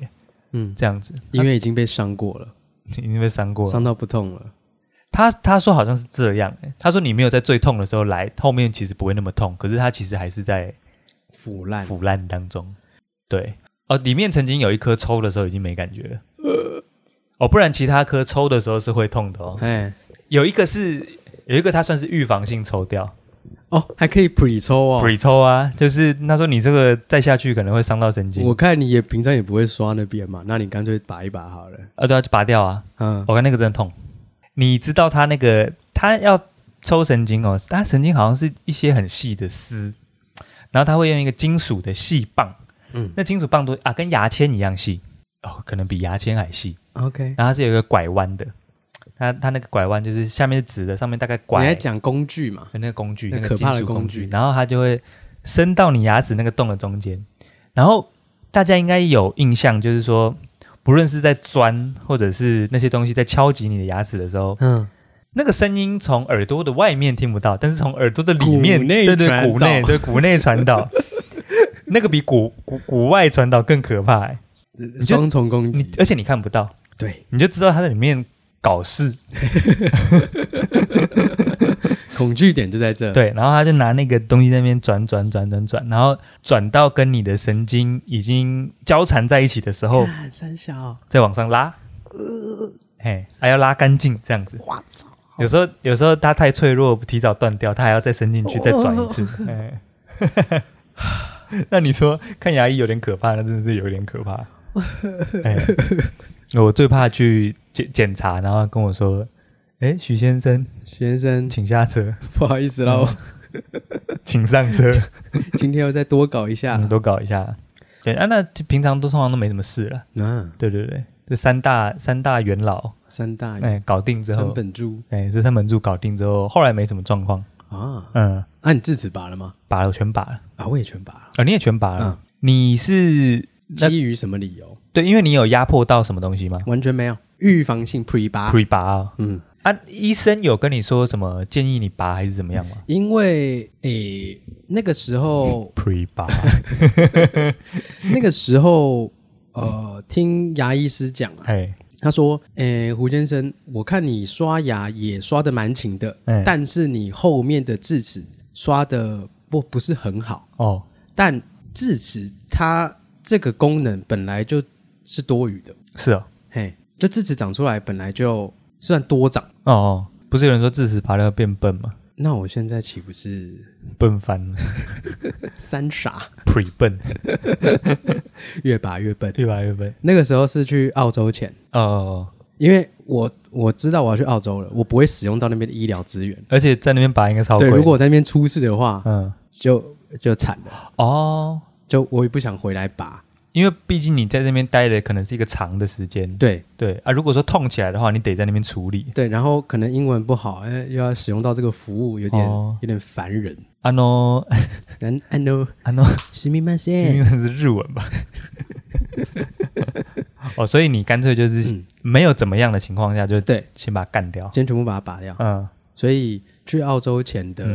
[SPEAKER 2] 嗯”嗯，啊
[SPEAKER 1] 这样子，
[SPEAKER 2] 因为已经被伤过了，
[SPEAKER 1] 已经被伤过了。
[SPEAKER 2] 伤到不痛了。
[SPEAKER 1] 他他说好像是这样、欸，他说你没有在最痛的时候来，后面其实不会那么痛，可是他其实还是在
[SPEAKER 2] 腐烂，
[SPEAKER 1] 腐烂当中。对，哦，里面曾经有一颗抽的时候已经没感觉了，哦，不然其他颗抽的时候是会痛的哦。
[SPEAKER 2] 哎，
[SPEAKER 1] 有一个是有一个，它算是预防性抽掉、
[SPEAKER 2] 哦，还可以 pre 抽哦
[SPEAKER 1] p。r e 抽啊，就是他说你这个再下去可能会伤到神经，
[SPEAKER 2] 我看你也平常也不会刷那边嘛，那你干脆拔一拔好了。
[SPEAKER 1] 啊，对啊，就拔掉啊。
[SPEAKER 2] 嗯，
[SPEAKER 1] 我看那个真的痛，你知道他那个他要抽神经哦，他神经好像是一些很细的丝，然后他会用一个金属的细棒，
[SPEAKER 2] 嗯
[SPEAKER 1] 那金属棒都啊跟牙签一样细哦，可能比牙签还细，
[SPEAKER 2] ，OK。
[SPEAKER 1] 然后它是有一个拐弯的，它它那个拐弯就是下面是直的，上面大概
[SPEAKER 2] 你
[SPEAKER 1] 拐
[SPEAKER 2] 还讲工具嘛？
[SPEAKER 1] 那个工具，
[SPEAKER 2] 那
[SPEAKER 1] 那个
[SPEAKER 2] 可
[SPEAKER 1] 金
[SPEAKER 2] 怕的
[SPEAKER 1] 属
[SPEAKER 2] 工
[SPEAKER 1] 工
[SPEAKER 2] 具
[SPEAKER 1] 具，然后它就会伸到你牙齿那个洞的中间。然后大家应该有印象，就是说，不论是在钻或者是那些东西在敲击你的牙齿的时候，
[SPEAKER 2] 嗯，
[SPEAKER 1] 那个声音从耳朵的外面听不到，但是从耳朵的里面，
[SPEAKER 2] 骨内
[SPEAKER 1] 对
[SPEAKER 2] 传
[SPEAKER 1] 对，
[SPEAKER 2] 导
[SPEAKER 1] 骨内对骨内传 导，那个比骨骨骨外传导更可怕、欸。就
[SPEAKER 2] 嗯双重攻
[SPEAKER 1] 你
[SPEAKER 2] 击。
[SPEAKER 1] 而且你看不到，
[SPEAKER 2] 对，
[SPEAKER 1] 你就知道它在里面搞事。
[SPEAKER 2] 恐惧点就在这。，
[SPEAKER 1] 对，然后他就拿那个东西在那边转转转转转，然后转到跟你的神经已经交缠在一起的时
[SPEAKER 2] 哦
[SPEAKER 1] 候，
[SPEAKER 2] 三小，
[SPEAKER 1] 再往上拉，呃嘿，还要拉干净这样子。
[SPEAKER 2] 我操！
[SPEAKER 1] 有时候有时候它太脆弱，提早断掉，它还要再伸进去再转一 次。哎， 那你说看牙医有点可怕，那真的是有点 可怕。哎，我最怕去检检查，然后跟我说：“哎，许先生，
[SPEAKER 2] 先生，
[SPEAKER 1] 请下车，
[SPEAKER 2] 不好意思喽，
[SPEAKER 1] 请上车。”
[SPEAKER 2] 今天要再多搞一下
[SPEAKER 1] 嗯，。都搞一下。对啊，那就平常都通常都没什么事了。
[SPEAKER 2] 嗯，
[SPEAKER 1] 对对对，这三大三大元老，
[SPEAKER 2] 三大
[SPEAKER 1] 哎、搞定之
[SPEAKER 2] 三
[SPEAKER 1] 后，
[SPEAKER 2] 本柱
[SPEAKER 1] 哎、这三本柱搞定之后，后来没什么状况。
[SPEAKER 2] 啊。
[SPEAKER 1] 嗯，
[SPEAKER 2] 啊，你智齿拔了吗？
[SPEAKER 1] 拔了我全拔了，
[SPEAKER 2] 啊，我也全拔了。
[SPEAKER 1] 啊、你也全拔了。
[SPEAKER 2] 嗯，
[SPEAKER 1] 你是那
[SPEAKER 2] 基于什么理由？
[SPEAKER 1] 对，因为你有压迫到什么东西吗
[SPEAKER 2] 完全没有预防性 pre 拔。
[SPEAKER 1] ？pre 拔、哦，
[SPEAKER 2] 嗯，
[SPEAKER 1] 啊，医生有跟你说什么建议你拔还是怎么样吗
[SPEAKER 2] 因为诶、那个时候
[SPEAKER 1] ？Pre 拔，
[SPEAKER 2] 那个时候呃，听牙医师讲啊，
[SPEAKER 1] 哎
[SPEAKER 2] 他说，诶、胡先生，我看你刷牙也刷的蛮勤的，
[SPEAKER 1] 哎
[SPEAKER 2] 但是你后面的智齿刷的不不是很好，
[SPEAKER 1] 哦，
[SPEAKER 2] 但智齿它这个功能本来就是多余的，
[SPEAKER 1] 是哦，
[SPEAKER 2] 嘿，就智齿长出来本来就算多长，
[SPEAKER 1] 哦哦，不是有人说智齿拔了要变笨吗？
[SPEAKER 2] 那我现在岂不是
[SPEAKER 1] 笨 翻了
[SPEAKER 2] 三傻，
[SPEAKER 1] ，Pre 笨，
[SPEAKER 2] 越拔越笨？
[SPEAKER 1] 越拔越笨。
[SPEAKER 2] 那个时候是去澳洲前，
[SPEAKER 1] 哦哦，哦
[SPEAKER 2] 因为我我知道我要去澳洲了，我不会使用到那边的医疗资源。
[SPEAKER 1] 而且在那边拔应该超贵。
[SPEAKER 2] 对，如果我在那边出事的话，
[SPEAKER 1] 嗯
[SPEAKER 2] 就就惨了，
[SPEAKER 1] 哦，
[SPEAKER 2] 就我也不想回来拔。
[SPEAKER 1] 因为毕竟你在那边待的可能是一个长的时间。
[SPEAKER 2] 对
[SPEAKER 1] 对啊，如果说痛起来的话，你得在那边处理。
[SPEAKER 2] 对，然后可能英文不好，哎，又要使用到这个服务，有点、
[SPEAKER 1] 哦
[SPEAKER 2] 有点烦人。
[SPEAKER 1] 啊 no
[SPEAKER 2] 难安 know，
[SPEAKER 1] 啊 no，
[SPEAKER 2] すみませ
[SPEAKER 1] 因
[SPEAKER 2] ん。
[SPEAKER 1] 为是日文 吧？哦，所以你干脆就是
[SPEAKER 2] 嗯
[SPEAKER 1] 没有怎么样的情况下，就
[SPEAKER 2] 对，
[SPEAKER 1] 先把它干掉。
[SPEAKER 2] 先全部把它拔掉。
[SPEAKER 1] 嗯，
[SPEAKER 2] 所以去澳洲前的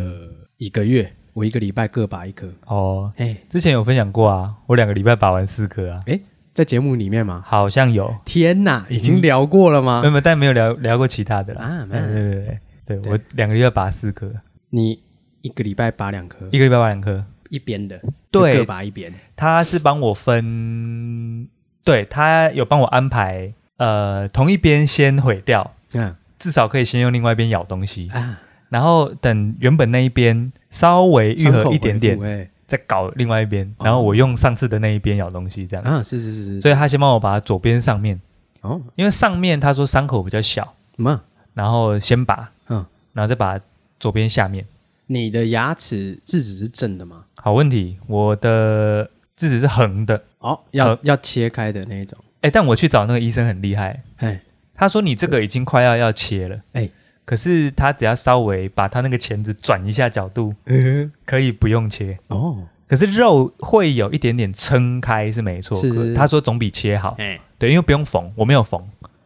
[SPEAKER 2] 一个月，我一个礼拜各拔一颗。
[SPEAKER 1] 哦，
[SPEAKER 2] 哎
[SPEAKER 1] 之前有分享过啊，我两个礼拜拔完四颗啊，
[SPEAKER 2] 哎，在节目里面嘛，
[SPEAKER 1] 好像有，
[SPEAKER 2] 天哪，已经聊过了吗
[SPEAKER 1] 没？有，没有但没有聊聊过其他的啦。
[SPEAKER 2] 啊没有
[SPEAKER 1] 对对对对，对我两个礼拜拔四颗，
[SPEAKER 2] 你一个礼拜拔两颗，
[SPEAKER 1] 一个礼拜拔两颗。
[SPEAKER 2] 一边的，
[SPEAKER 1] 对
[SPEAKER 2] 就各拔一边。
[SPEAKER 1] 他是帮我分，对他有帮我安排，呃，同一边先毁掉，
[SPEAKER 2] 嗯
[SPEAKER 1] 至少可以先用另外一边咬东西，
[SPEAKER 2] 啊，
[SPEAKER 1] 然后等原本那一边稍微愈
[SPEAKER 2] 伤
[SPEAKER 1] 合
[SPEAKER 2] 口
[SPEAKER 1] 一点
[SPEAKER 2] 恢
[SPEAKER 1] 点
[SPEAKER 2] 复，哎
[SPEAKER 1] 再搞另外一边，
[SPEAKER 2] 哦
[SPEAKER 1] 然后我用上次的那一边咬东西这样。
[SPEAKER 2] 啊，是是是是，
[SPEAKER 1] 所以他先帮我把左边上面，
[SPEAKER 2] 哦，
[SPEAKER 1] 因为上面他说伤口比较小，
[SPEAKER 2] 嘛，
[SPEAKER 1] 然后先拔，
[SPEAKER 2] 嗯，
[SPEAKER 1] 然后再把左边下面。
[SPEAKER 2] 你的牙齿智齿是正的吗？
[SPEAKER 1] 好问题，我的智齿是横的，
[SPEAKER 2] 哦，要、
[SPEAKER 1] 呃
[SPEAKER 2] 要切开的那一种，
[SPEAKER 1] 哎，但我去找那个医生很厉害，
[SPEAKER 2] 哎，
[SPEAKER 1] 他说你这个已经快要要切了，
[SPEAKER 2] 哎
[SPEAKER 1] 可是他只要稍微把他那个钳子转一下角度，
[SPEAKER 2] 嗯
[SPEAKER 1] 可以不用切。
[SPEAKER 2] 哦，
[SPEAKER 1] 可是肉会有一点点撑开是没错，
[SPEAKER 2] 是
[SPEAKER 1] 可
[SPEAKER 2] 是
[SPEAKER 1] 他说总比切好，
[SPEAKER 2] 哎，
[SPEAKER 1] 对，因为不用缝，我没有缝，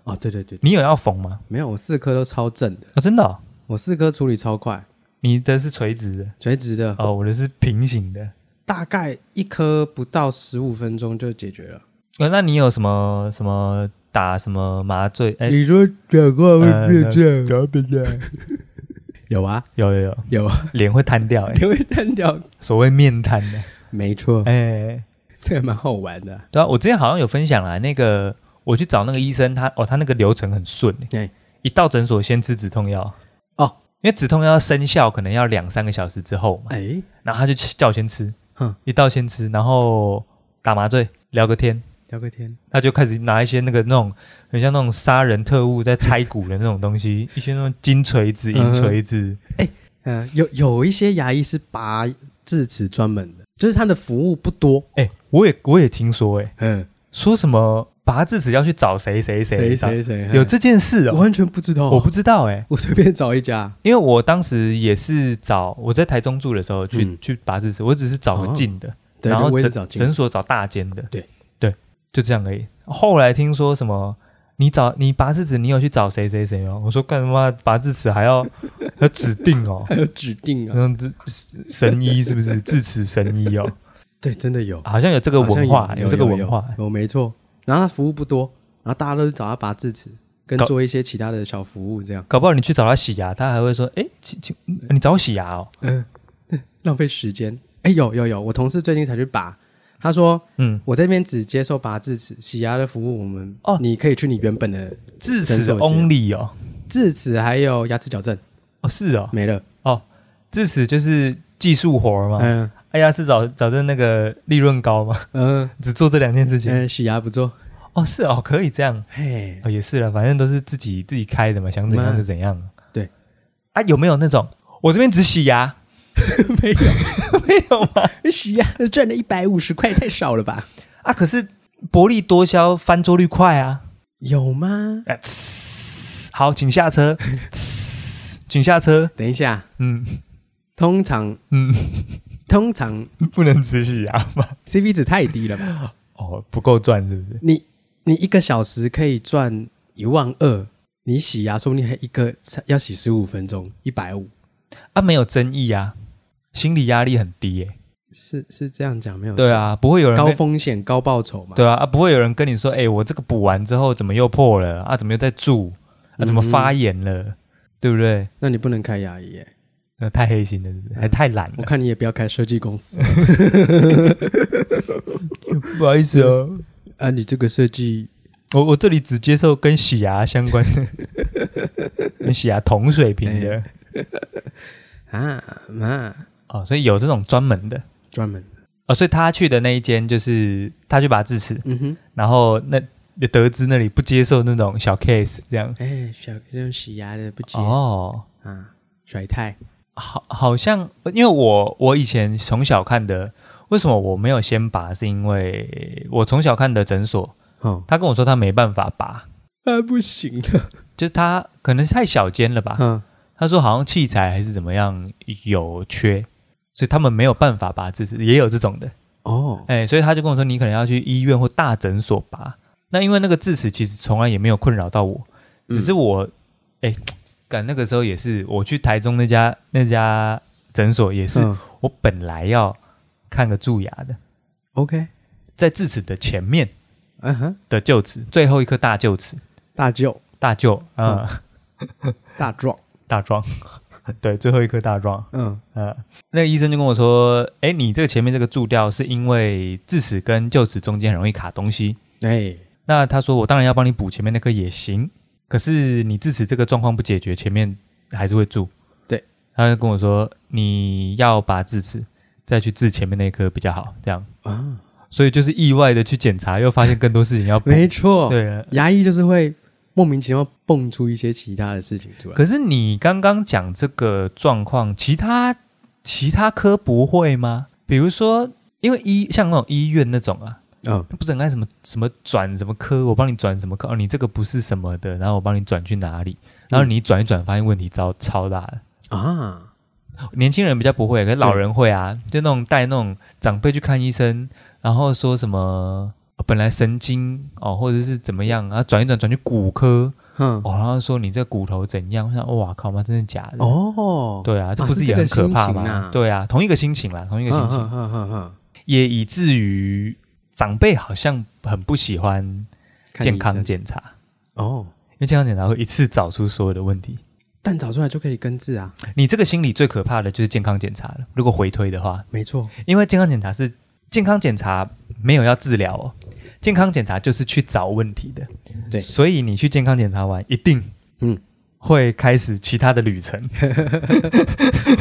[SPEAKER 2] 哦，对对对，
[SPEAKER 1] 你有要缝吗？
[SPEAKER 2] 没有，我四颗都超正的，
[SPEAKER 1] 哦，真的哦、
[SPEAKER 2] 我四颗处理超快，
[SPEAKER 1] 你的是垂直的，
[SPEAKER 2] 垂直的，
[SPEAKER 1] 哦，我的是平行的。
[SPEAKER 2] 大概一颗不到十五分钟就解决了。
[SPEAKER 1] 呃，那你有什么什么打什么麻醉？ 哎，
[SPEAKER 2] 你说讲话
[SPEAKER 1] 会变这
[SPEAKER 2] 样？讲变这样？有啊，
[SPEAKER 1] 有 有有，
[SPEAKER 2] 有啊，
[SPEAKER 1] 脸会瘫掉，哎，
[SPEAKER 2] 因为单调，
[SPEAKER 1] 所谓面瘫的，
[SPEAKER 2] 没错，
[SPEAKER 1] 哎。
[SPEAKER 2] 这个蛮好玩的。
[SPEAKER 1] 对啊，我之前好像有分享啦，那个我去找那个医生，他哦，他那个流程很顺、欸，
[SPEAKER 2] 对，
[SPEAKER 1] 一到诊所先吃止痛药，
[SPEAKER 2] 哦，
[SPEAKER 1] 因为止痛药生效可能要两三个小时之后嘛，
[SPEAKER 2] 哎，
[SPEAKER 1] 然后他就叫我先吃，
[SPEAKER 2] 哼，
[SPEAKER 1] 一到先吃，然后打麻醉聊个天，
[SPEAKER 2] 聊个天，
[SPEAKER 1] 他就开始拿一些那个那种很像那种杀人特务在拆骨的那种东西，一些那种金锤子、银锤子，
[SPEAKER 2] 嗯，有有一些牙医是拔智齿专门的，就是他的服务不多，
[SPEAKER 1] 哎、我也我也听说、欸，哎，
[SPEAKER 2] 嗯，
[SPEAKER 1] 说什么拔智齿要去找谁谁谁
[SPEAKER 2] 谁谁谁
[SPEAKER 1] 有这件事
[SPEAKER 2] 我
[SPEAKER 1] 哦、
[SPEAKER 2] 完全不知道，啊
[SPEAKER 1] 我不知道哎、欸
[SPEAKER 2] 我随便找一家，
[SPEAKER 1] 因为我当时也是找我在台中住的时候去、
[SPEAKER 2] 嗯哦
[SPEAKER 1] 去拔智齿，我只是找个近的，
[SPEAKER 2] 对，
[SPEAKER 1] 然后
[SPEAKER 2] 我也是
[SPEAKER 1] 诊
[SPEAKER 2] 找
[SPEAKER 1] 诊
[SPEAKER 2] 诊，
[SPEAKER 1] 所找大间的，
[SPEAKER 2] 对
[SPEAKER 1] 对，就这样而已。后来听说什么，你找你拔智齿，你有去找谁谁谁吗？我说干嘛拔智齿还要 还要 指定 哦，
[SPEAKER 2] 还有指定啊，
[SPEAKER 1] 嗯，这神医是不是智齿神医哦？
[SPEAKER 2] 对，真的有
[SPEAKER 1] 好像有这个文
[SPEAKER 2] 好
[SPEAKER 1] 化，
[SPEAKER 2] 像
[SPEAKER 1] 这个文化，
[SPEAKER 2] 有有没错。然后他服务不多，然后大家都是找他拔智齿，跟
[SPEAKER 1] 搞
[SPEAKER 2] 做一些其他的小服务，这样
[SPEAKER 1] 搞不好你去找他洗牙，他还会说，哎，请请你找我洗牙哦，
[SPEAKER 2] 浪费时间。哎，有有有，我同事最近才去拔，他说
[SPEAKER 1] 嗯，
[SPEAKER 2] 我这边只接受拔智齿，洗牙的服务我们
[SPEAKER 1] 哦
[SPEAKER 2] 你可以去你原本的
[SPEAKER 1] 智
[SPEAKER 2] 诊
[SPEAKER 1] 齿
[SPEAKER 2] 所
[SPEAKER 1] only 哦，
[SPEAKER 2] 智齿还有牙齿矫正
[SPEAKER 1] 哦是哦，
[SPEAKER 2] 没了，
[SPEAKER 1] 哦，智齿就是技术活儿嘛。
[SPEAKER 2] 嗯
[SPEAKER 1] 哎呀，是找找正那个利润高嘛，
[SPEAKER 2] 嗯
[SPEAKER 1] 只做这两件事情。
[SPEAKER 2] 嗯，洗牙不做，
[SPEAKER 1] 哦，是哦，可以这样。
[SPEAKER 2] 嘿，
[SPEAKER 1] 哦，也是了，反正都是自己自己开的嘛，想怎样就怎样。
[SPEAKER 2] 嗯对。
[SPEAKER 1] 啊，有没有那种我这边只洗牙？
[SPEAKER 2] 没有
[SPEAKER 1] 没有吗？
[SPEAKER 2] 洗哎牙赚了一百五十块太少了吧？
[SPEAKER 1] 啊，可是薄利多销，翻桌率快啊。
[SPEAKER 2] 有吗？
[SPEAKER 1] 啊呲好，请下 车。呲请下车。
[SPEAKER 2] 等一下，
[SPEAKER 1] 嗯
[SPEAKER 2] 通常
[SPEAKER 1] 嗯，
[SPEAKER 2] 通常
[SPEAKER 1] 不能只洗牙嘛。
[SPEAKER 2] CP 值太低了吧？
[SPEAKER 1] 哦，不够赚是不是？
[SPEAKER 2] 你你一个小时可以赚一万二，你洗牙，说不定还一个要洗十五分钟，一百五，
[SPEAKER 1] 啊，没有争议啊，心理压力很低耶、
[SPEAKER 2] 是是这样讲没有？
[SPEAKER 1] 对，啊，不会有人
[SPEAKER 2] 高
[SPEAKER 1] 跟
[SPEAKER 2] 风险高报酬嘛。
[SPEAKER 1] 对啊啊，不会有人跟你说，哎、我这个补完之后怎么又破了啊？怎么又在蛀啊？怎么发炎了？对不对？
[SPEAKER 2] 那你不能开牙医耶，
[SPEAKER 1] 那太黑心了，是不是还太懒
[SPEAKER 2] 我
[SPEAKER 1] 了。
[SPEAKER 2] 看你也不要开设计公司
[SPEAKER 1] 不好意思哦，
[SPEAKER 2] 啊！你这个设计
[SPEAKER 1] 我我这里只接受跟洗牙相关 的，跟洗牙同水平的、
[SPEAKER 2] 啊嘛，
[SPEAKER 1] 哦，所以有这种专门的
[SPEAKER 2] 专门，
[SPEAKER 1] 哦，所以他去的那一间就是他去拔智齿，
[SPEAKER 2] 嗯哼，
[SPEAKER 1] 然后那得知那里不接受那种小 case 这样。
[SPEAKER 2] 哎，小那种洗牙的不接、
[SPEAKER 1] 哦，
[SPEAKER 2] 啊，甩太，
[SPEAKER 1] 好，好像因为我我以前从小看的，为什么我没有先拔？是因为我从小看的诊所，
[SPEAKER 2] 哦，
[SPEAKER 1] 他跟我说他没办法拔，
[SPEAKER 2] 啊不行了，
[SPEAKER 1] 就是他可能是太小间了吧。
[SPEAKER 2] 嗯，
[SPEAKER 1] 他说好像器材还是怎么样有缺，所以他们没有办法拔智齿，也有这种的。
[SPEAKER 2] 哦，
[SPEAKER 1] 哎，所以他就跟我说，你可能要去医院或大诊所拔。那因为那个智齿其实从来也没有困扰到我，只
[SPEAKER 2] 嗯
[SPEAKER 1] 是我，哎、赶那个时候也是，我去台中那家那家诊所也是，
[SPEAKER 2] 嗯
[SPEAKER 1] 我本来要看个蛀牙的，
[SPEAKER 2] OK，
[SPEAKER 1] 在智齿的前面
[SPEAKER 2] 嗯哼，
[SPEAKER 1] 的臼齿，最后一颗大臼齿，
[SPEAKER 2] 大舅
[SPEAKER 1] 大臼啊、
[SPEAKER 2] 大壮，
[SPEAKER 1] 大桩， 对，最后一颗大桩。
[SPEAKER 2] 嗯
[SPEAKER 1] 呃，那个医生就跟我说：“哎，你这个前面这个蛀掉是因为智齿跟臼齿中间很容易卡东西。
[SPEAKER 2] 哎，
[SPEAKER 1] 那他说我当然要帮你补前面那颗也行，可是你智齿这个状况不解决，前面还是会蛀。”
[SPEAKER 2] 对，
[SPEAKER 1] 他就跟我说你要拔智齿，再去治前面那颗比较好，这样。
[SPEAKER 2] 啊，
[SPEAKER 1] 所以就是意外的去检查，又发现更多事情要补。
[SPEAKER 2] 没错，，
[SPEAKER 1] 对了，
[SPEAKER 2] 牙医就是会莫名其妙蹦出一些其他的事情出来。
[SPEAKER 1] 可是你刚刚讲这个状况，其他其他科不会吗？比如说，因为医像那种医院那种啊，
[SPEAKER 2] 嗯，
[SPEAKER 1] 不是很爱什么什么转什么科，我帮你转什么科，哦，你这个不是什么的，然后我帮你转去哪里，然后你转一转，发现问题超超大的。
[SPEAKER 2] 啊，
[SPEAKER 1] 年轻人比较不会，可是老人会啊，就那种带那种长辈去看医生，然后说什么。哦本来神经哦，或者是怎么样，然后转一转转去骨科
[SPEAKER 2] 嗯，
[SPEAKER 1] 哦，然后说你这骨头怎样？我想，哇靠妈，真的假的？
[SPEAKER 2] 哦，
[SPEAKER 1] 对啊，这
[SPEAKER 2] 啊
[SPEAKER 1] 不
[SPEAKER 2] 是
[SPEAKER 1] 也
[SPEAKER 2] 这个
[SPEAKER 1] 很可怕
[SPEAKER 2] 心
[SPEAKER 1] 吗？
[SPEAKER 2] 情啊
[SPEAKER 1] 对啊，同一个心情啦，同一个心
[SPEAKER 2] 嗯，
[SPEAKER 1] 情，
[SPEAKER 2] 嗯嗯嗯嗯
[SPEAKER 1] 也以至于长辈好像很不喜欢
[SPEAKER 2] 看
[SPEAKER 1] 健
[SPEAKER 2] 医
[SPEAKER 1] 康
[SPEAKER 2] 生
[SPEAKER 1] 检查，
[SPEAKER 2] 哦，
[SPEAKER 1] 因为健康检查会一次找出所有的问题。
[SPEAKER 2] 但找出来就可以根治啊，
[SPEAKER 1] 你这个心理最可怕的就是健康检查了。如果回推的话，
[SPEAKER 2] 没错，
[SPEAKER 1] 因为健康检查是健康检查没有要治疗哦，健康检查就是去找问题的。
[SPEAKER 2] 对
[SPEAKER 1] 所以你去健康检查完，一定
[SPEAKER 2] 嗯，
[SPEAKER 1] 会开始其他的旅程。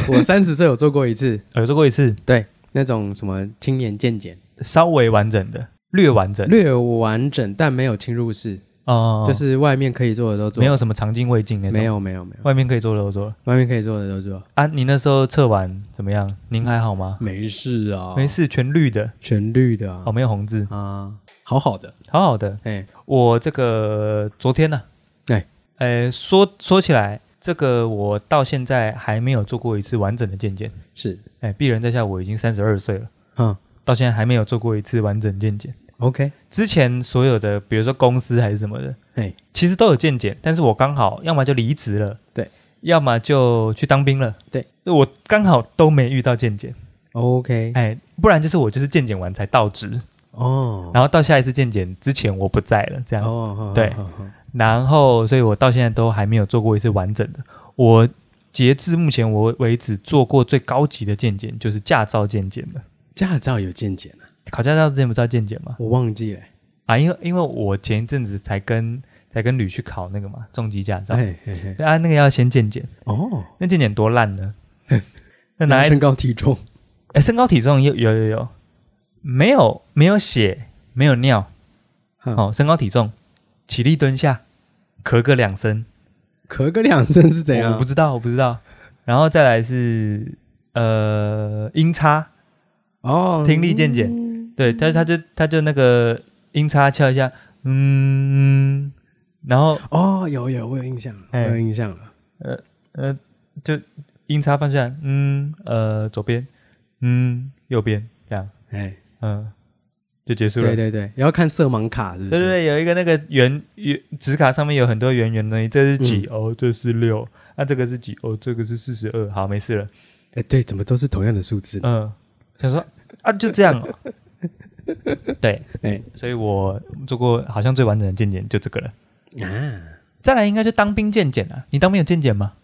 [SPEAKER 2] 我三十岁有做过一次，
[SPEAKER 1] 有做过一次
[SPEAKER 2] 对，那种什么青年健检，
[SPEAKER 1] 稍微完整的、略完整的，
[SPEAKER 2] 略完整但没有侵入式，
[SPEAKER 1] 哦、
[SPEAKER 2] 就是外面可以做的都做，
[SPEAKER 1] 没有什么肠镜、胃镜那种，
[SPEAKER 2] 没有没有没有，
[SPEAKER 1] 外面可以做的都做了
[SPEAKER 2] 外面可以做的都做，
[SPEAKER 1] 啊。你那时候测完怎么样？您还好吗？
[SPEAKER 2] 没事啊，
[SPEAKER 1] 没，事，全绿的，
[SPEAKER 2] 全绿的啊
[SPEAKER 1] 哦，，没有红字，
[SPEAKER 2] 啊，好好的，
[SPEAKER 1] 好好的。
[SPEAKER 2] 哎，
[SPEAKER 1] 我这个昨天呢、
[SPEAKER 2] 对，
[SPEAKER 1] 呃，说说起来，这个我到现在还没有做过一次完整的健检。
[SPEAKER 2] 是，
[SPEAKER 1] 哎，鄙人在下我已经三十二岁了，
[SPEAKER 2] 嗯
[SPEAKER 1] 到现在还没有做过一次完整健检。
[SPEAKER 2] ，OK，
[SPEAKER 1] 之前所有的，比如说公司还是什么的，
[SPEAKER 2] 哎，
[SPEAKER 1] 其实都有健检，但是我刚好要么就离职了，
[SPEAKER 2] 对，
[SPEAKER 1] 要么就去当兵了，
[SPEAKER 2] 对，
[SPEAKER 1] 我刚好都没遇到健检，
[SPEAKER 2] OK，
[SPEAKER 1] 哎，不然就是我就是健检完才到职，
[SPEAKER 2] 哦，
[SPEAKER 1] 然后到下一次健检之前我不在了，这样，
[SPEAKER 2] 哦，
[SPEAKER 1] 对
[SPEAKER 2] 哦，哦
[SPEAKER 1] 然后所以我到现在都还没有做过一次完整的，我截至目前我为止做过最高级的健检就是驾照健检了，
[SPEAKER 2] 驾照有健检啊，
[SPEAKER 1] 考驾照之前不是要健检吗？
[SPEAKER 2] 我忘记了，
[SPEAKER 1] 啊，因为因为我前一阵子才跟才跟吕去考那个嘛重级驾照，
[SPEAKER 2] 哎，嘿嘿
[SPEAKER 1] 啊，那个要先健检。
[SPEAKER 2] 哦，
[SPEAKER 1] 那健检多烂 呢？那拿
[SPEAKER 2] 量
[SPEAKER 1] 来
[SPEAKER 2] 身高体重
[SPEAKER 1] 哎，身高体重有有有有，没有没有血，没有尿，
[SPEAKER 2] 嗯
[SPEAKER 1] 哦，身高体重，起立蹲下，咳个两声，
[SPEAKER 2] 咳个两声是怎
[SPEAKER 1] 我
[SPEAKER 2] 样？
[SPEAKER 1] 我不知道，我不知道。然后再来是呃音叉，
[SPEAKER 2] 哦，
[SPEAKER 1] 听力健检
[SPEAKER 2] 嗯
[SPEAKER 1] 对，他他就他就那个音叉敲一下，嗯，然后
[SPEAKER 2] 哦，有有，我有印象了，我
[SPEAKER 1] 哎
[SPEAKER 2] 有印象了。
[SPEAKER 1] 呃就音叉放下来，嗯呃左边，嗯右边这样，
[SPEAKER 2] 哎，
[SPEAKER 1] 嗯，就结束了。
[SPEAKER 2] 对对对，也要看色盲卡是不
[SPEAKER 1] 对对
[SPEAKER 2] 是？
[SPEAKER 1] 对，有一个那个圆圆纸卡上面有很多圆圆的，这是几
[SPEAKER 2] 嗯
[SPEAKER 1] 哦，这是六，那这个是几哦，这个是四十二，好，没事了。
[SPEAKER 2] 哎，对，怎么都是同样的数字？
[SPEAKER 1] 嗯，想说啊，就这样 哦、对，
[SPEAKER 2] 哎
[SPEAKER 1] 所以我做过好像最完整的健检就这个了。
[SPEAKER 2] 啊，
[SPEAKER 1] 再来应该就当兵健检啊了。你当兵有健检吗？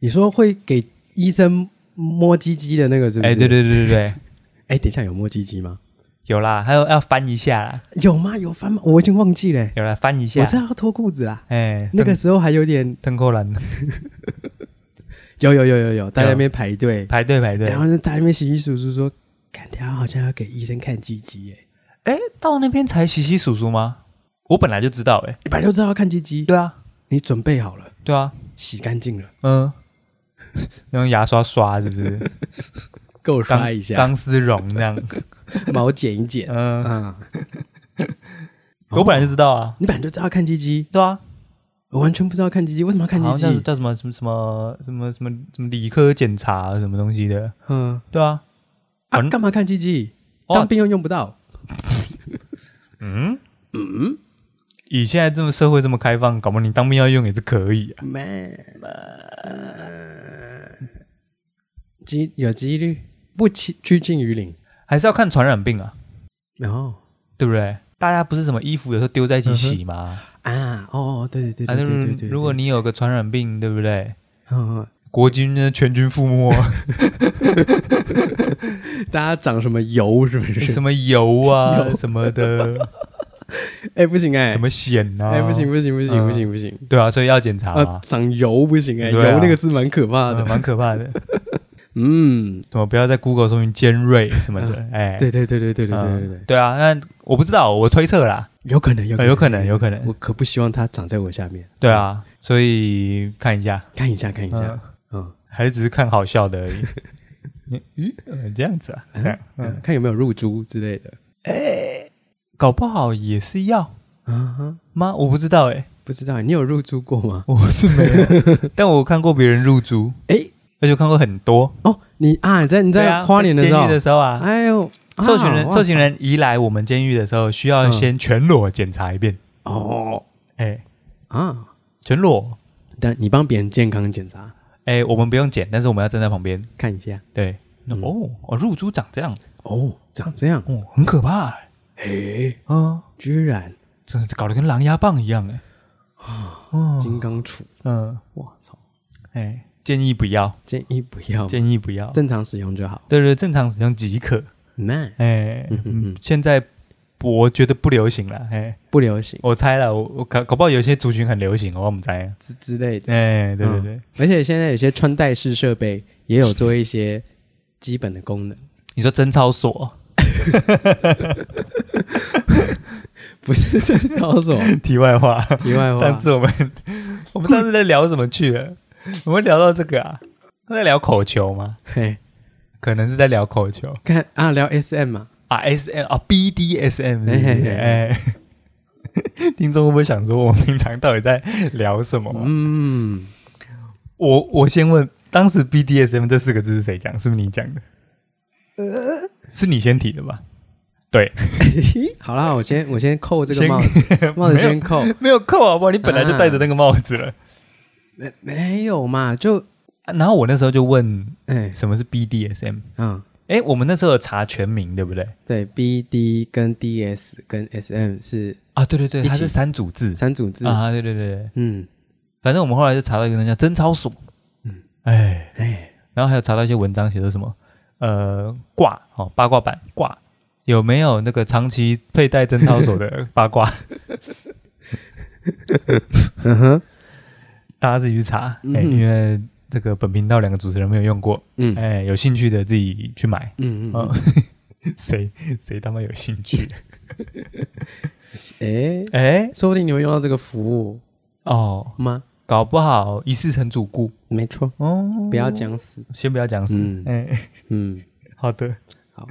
[SPEAKER 2] 你说会给医生摸鸡鸡的那个是不是？
[SPEAKER 1] 哎，对，对对对对，
[SPEAKER 2] 哎，等一下有摸鸡鸡吗？
[SPEAKER 1] 有啦，还有要翻一下啦，
[SPEAKER 2] 有吗？有翻吗？我已经忘记了欸，
[SPEAKER 1] 有啦，翻一下
[SPEAKER 2] 我。知道要脱裤子啦。
[SPEAKER 1] 哎，
[SPEAKER 2] 那个
[SPEAKER 1] 邓
[SPEAKER 2] 时候还有点
[SPEAKER 1] 邓扣兰
[SPEAKER 2] 有有有有有，大家在那边排队，
[SPEAKER 1] 排队排队
[SPEAKER 2] 然，后呢，大家在那边洗洗簌簌说，看他好像要给医生看鸡鸡耶，
[SPEAKER 1] 哎，到那边才洗洗数数吗？我本来就知道，哎，
[SPEAKER 2] 你本来就知道要看鸡鸡，
[SPEAKER 1] 对啊，
[SPEAKER 2] 你准备好了，
[SPEAKER 1] 对啊，
[SPEAKER 2] 洗干净了，
[SPEAKER 1] 嗯， 用牙刷刷是不 是？
[SPEAKER 2] 够刷
[SPEAKER 1] 钢
[SPEAKER 2] 一下，
[SPEAKER 1] 钢丝绒那 样。
[SPEAKER 2] 毛剪 一剪，
[SPEAKER 1] 嗯，
[SPEAKER 2] 啊，
[SPEAKER 1] 我本来就知道啊，
[SPEAKER 2] 你本来就知道要看鸡鸡，
[SPEAKER 1] 对啊，
[SPEAKER 2] 我完全不知道看鸡鸡，为什么要看
[SPEAKER 1] 好
[SPEAKER 2] 鸡
[SPEAKER 1] 像是
[SPEAKER 2] 鸡？
[SPEAKER 1] 叫什么什么什么什么什么什么理科检查什么东西的，
[SPEAKER 2] 嗯，
[SPEAKER 1] 对啊，
[SPEAKER 2] 啊，
[SPEAKER 1] 嗯
[SPEAKER 2] 干嘛看鸡鸡？
[SPEAKER 1] 哦
[SPEAKER 2] 当兵又用不到，
[SPEAKER 1] 嗯嗯，以现在这么社会这么开放，搞不好你当兵要用也是可以啊。
[SPEAKER 2] 机有几率不趋趋近于零，
[SPEAKER 1] 还是要看传染病啊，
[SPEAKER 2] 然后
[SPEAKER 1] 对不对？大家不是什么衣服有时候丢在一起洗吗？
[SPEAKER 2] 啊，哦，哦对对对
[SPEAKER 1] 反
[SPEAKER 2] 对
[SPEAKER 1] 正
[SPEAKER 2] 对对对，
[SPEAKER 1] 如果
[SPEAKER 2] 对
[SPEAKER 1] 你有个传染病，对不对？
[SPEAKER 2] 嗯，嗯
[SPEAKER 1] 国军呢全军覆没，啊
[SPEAKER 2] 大家长什么油是不是？
[SPEAKER 1] 什么油 啊什么的，
[SPEAKER 2] 哎，不行 哎
[SPEAKER 1] 什，么癣啊，
[SPEAKER 2] 哎，不行不行不行不行不行，
[SPEAKER 1] 对啊，所以要检查
[SPEAKER 2] 啊
[SPEAKER 1] 嘛，，
[SPEAKER 2] 长油不行哎，
[SPEAKER 1] 对啊
[SPEAKER 2] 油那个字蛮可怕
[SPEAKER 1] 嗯
[SPEAKER 2] 的。
[SPEAKER 1] 蛮可怕的。
[SPEAKER 2] 嗯，
[SPEAKER 1] 什么不要在 Google 搜寻尖 锐什么的，哎，
[SPEAKER 2] 对对对对对对对
[SPEAKER 1] 嗯
[SPEAKER 2] 对对，
[SPEAKER 1] 对啊，那我不知道，我推测啦，
[SPEAKER 2] 有可能有
[SPEAKER 1] 呃有可能，有可能
[SPEAKER 2] 我，可不希望它长在我下面。
[SPEAKER 1] 对啊，所以看一下，
[SPEAKER 2] 看一下看一
[SPEAKER 1] 嗯
[SPEAKER 2] 下，，嗯
[SPEAKER 1] 还是只是看好笑的 而已。你咦，呃这样子啊？
[SPEAKER 2] 嗯，看有没有入珠之类的。哎
[SPEAKER 1] 搞不好也是要
[SPEAKER 2] 啊哈，
[SPEAKER 1] 吗？我不知道哎，
[SPEAKER 2] 不知道你有入珠过吗？
[SPEAKER 1] 我是没有， 但我看过别人入租，
[SPEAKER 2] 哎
[SPEAKER 1] 而且我看过很多。
[SPEAKER 2] 哦，你啊，你在你
[SPEAKER 1] 对
[SPEAKER 2] 在
[SPEAKER 1] 啊
[SPEAKER 2] 花莲的时
[SPEAKER 1] 监
[SPEAKER 2] 候
[SPEAKER 1] 狱，的时候啊，
[SPEAKER 2] 哎呦，啊
[SPEAKER 1] 受刑人
[SPEAKER 2] 哇
[SPEAKER 1] 受刑人移来我们监狱的时候，需要
[SPEAKER 2] 嗯
[SPEAKER 1] 先全裸检查一遍，
[SPEAKER 2] 哦
[SPEAKER 1] 哎，
[SPEAKER 2] 啊，
[SPEAKER 1] 全裸。
[SPEAKER 2] 但你帮别人健康检查
[SPEAKER 1] 哎，我们不用剪，但是我们要站在旁边。
[SPEAKER 2] 看一下。
[SPEAKER 1] 对，
[SPEAKER 2] 嗯
[SPEAKER 1] 哦，哦，入猪长这样，
[SPEAKER 2] 哦，长这样，
[SPEAKER 1] 哦，很可怕、欸，
[SPEAKER 2] 哎，
[SPEAKER 1] 嗯，
[SPEAKER 2] 居然
[SPEAKER 1] 真的搞得跟狼牙棒一样、欸，
[SPEAKER 2] 啊，
[SPEAKER 1] 嗯
[SPEAKER 2] 金刚杵，
[SPEAKER 1] 嗯，
[SPEAKER 2] 我操，
[SPEAKER 1] 哎、建议不要，
[SPEAKER 2] 建议不要，
[SPEAKER 1] 建议不要，对
[SPEAKER 2] 正常使用就好。
[SPEAKER 1] 对，正常使用即可，
[SPEAKER 2] 那
[SPEAKER 1] 哎、
[SPEAKER 2] 嗯哼
[SPEAKER 1] 嗯
[SPEAKER 2] 哼，
[SPEAKER 1] 现在我觉得不流行了，哎、
[SPEAKER 2] 不流行
[SPEAKER 1] 我猜了，我我搞搞不好有些族群很流行，我们猜，
[SPEAKER 2] 之之类的。
[SPEAKER 1] 哎、对对
[SPEAKER 2] 嗯
[SPEAKER 1] 对，
[SPEAKER 2] 而且现在有些穿戴式设备也有做一些基本的功能，
[SPEAKER 1] 你说贞操锁
[SPEAKER 2] 不是正操 作。
[SPEAKER 1] 题外话，
[SPEAKER 2] 题外话，
[SPEAKER 1] 上次我们 我们上次在聊什么去了？我们聊到这个啊，在聊口球吗？
[SPEAKER 2] 嘿，
[SPEAKER 1] 可能是在聊口球。
[SPEAKER 2] 看啊，聊 SM 嘛，
[SPEAKER 1] 啊，S M 啊，BDSM，是不
[SPEAKER 2] 嘿嘿
[SPEAKER 1] 是
[SPEAKER 2] 嘿
[SPEAKER 1] 哎， 听众会不会想说我们平常到底在聊什么啊？
[SPEAKER 2] 嗯，
[SPEAKER 1] 我我先问，当时 BDSM 这四个字是谁讲？是不是你讲的？是你先提的吧？对，
[SPEAKER 2] 好 啦，我先我先扣这个
[SPEAKER 1] 先
[SPEAKER 2] 帽子，帽子
[SPEAKER 1] 没有
[SPEAKER 2] 先扣，
[SPEAKER 1] 没有扣好不好？你本来就戴着那个帽子了。
[SPEAKER 2] 没没有嘛，就
[SPEAKER 1] 啊然后我那时候就问
[SPEAKER 2] 哎，
[SPEAKER 1] 什么是 BDSM？
[SPEAKER 2] 嗯，
[SPEAKER 1] 哎，我们那时候有查全名，对不对？
[SPEAKER 2] 对，BD 跟 DS 跟 SM 是
[SPEAKER 1] 啊，对对对，
[SPEAKER 2] 一起
[SPEAKER 1] 它是三组字
[SPEAKER 2] 三组字，
[SPEAKER 1] 啊，对对对对，
[SPEAKER 2] 嗯，
[SPEAKER 1] 反正我们后来就查到一个人叫贞操锁，嗯
[SPEAKER 2] 嗯，
[SPEAKER 1] 哎。
[SPEAKER 2] 哎，
[SPEAKER 1] 然后还有查到一些文章写的什么，呃，挂哦，八卦版挂有没有那个长期佩戴贞操锁的八卦？
[SPEAKER 2] 嗯哼，大
[SPEAKER 1] 大家自己去查，哎、
[SPEAKER 2] 嗯哼
[SPEAKER 1] 因为这个本频道两个主持人没有用过，
[SPEAKER 2] 嗯嗯
[SPEAKER 1] 哎、有兴趣的自己去买。
[SPEAKER 2] 嗯
[SPEAKER 1] 嗯
[SPEAKER 2] 嗯，，
[SPEAKER 1] 谁谁他妈有兴趣？
[SPEAKER 2] 哎，
[SPEAKER 1] 哎、
[SPEAKER 2] 说不定你会用到这个服务
[SPEAKER 1] 哦，
[SPEAKER 2] 吗？
[SPEAKER 1] 搞不好一世成主顾
[SPEAKER 2] 没错，
[SPEAKER 1] 哦。
[SPEAKER 2] 不要讲死，
[SPEAKER 1] 先不要讲死，
[SPEAKER 2] 嗯
[SPEAKER 1] 哎、
[SPEAKER 2] 嗯，
[SPEAKER 1] 好的，
[SPEAKER 2] 好，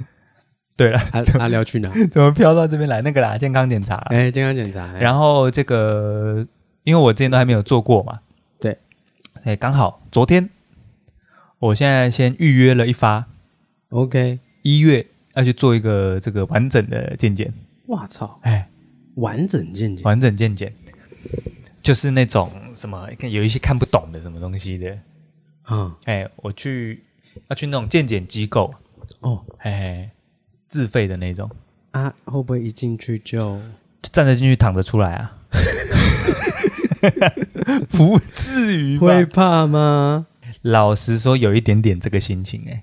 [SPEAKER 1] 对了，
[SPEAKER 2] 阿阿廖去哪？
[SPEAKER 1] 怎么飘到这边来？那个啦，健康检查啦，
[SPEAKER 2] 哎，健康检查，哎
[SPEAKER 1] 然后这个，因为我之前都还没有做过嘛，
[SPEAKER 2] 对，
[SPEAKER 1] 哎，刚好昨天，我现在先预约了一发，
[SPEAKER 2] OK，
[SPEAKER 1] 一月要去做一个这个完整的健检，
[SPEAKER 2] 哇操，
[SPEAKER 1] 哎，
[SPEAKER 2] 完整见解，
[SPEAKER 1] 完整健检，就是那种什么有一些看不懂的什么东西的，
[SPEAKER 2] 嗯，
[SPEAKER 1] 哎，我去要去那种健检机构，
[SPEAKER 2] 哦
[SPEAKER 1] 哎，自费的那种，
[SPEAKER 2] 啊，会不会一进去就
[SPEAKER 1] 站着进去，躺着出来啊。 不至于吧？
[SPEAKER 2] 会怕吗？
[SPEAKER 1] 老实说，有一点点这个心情哎、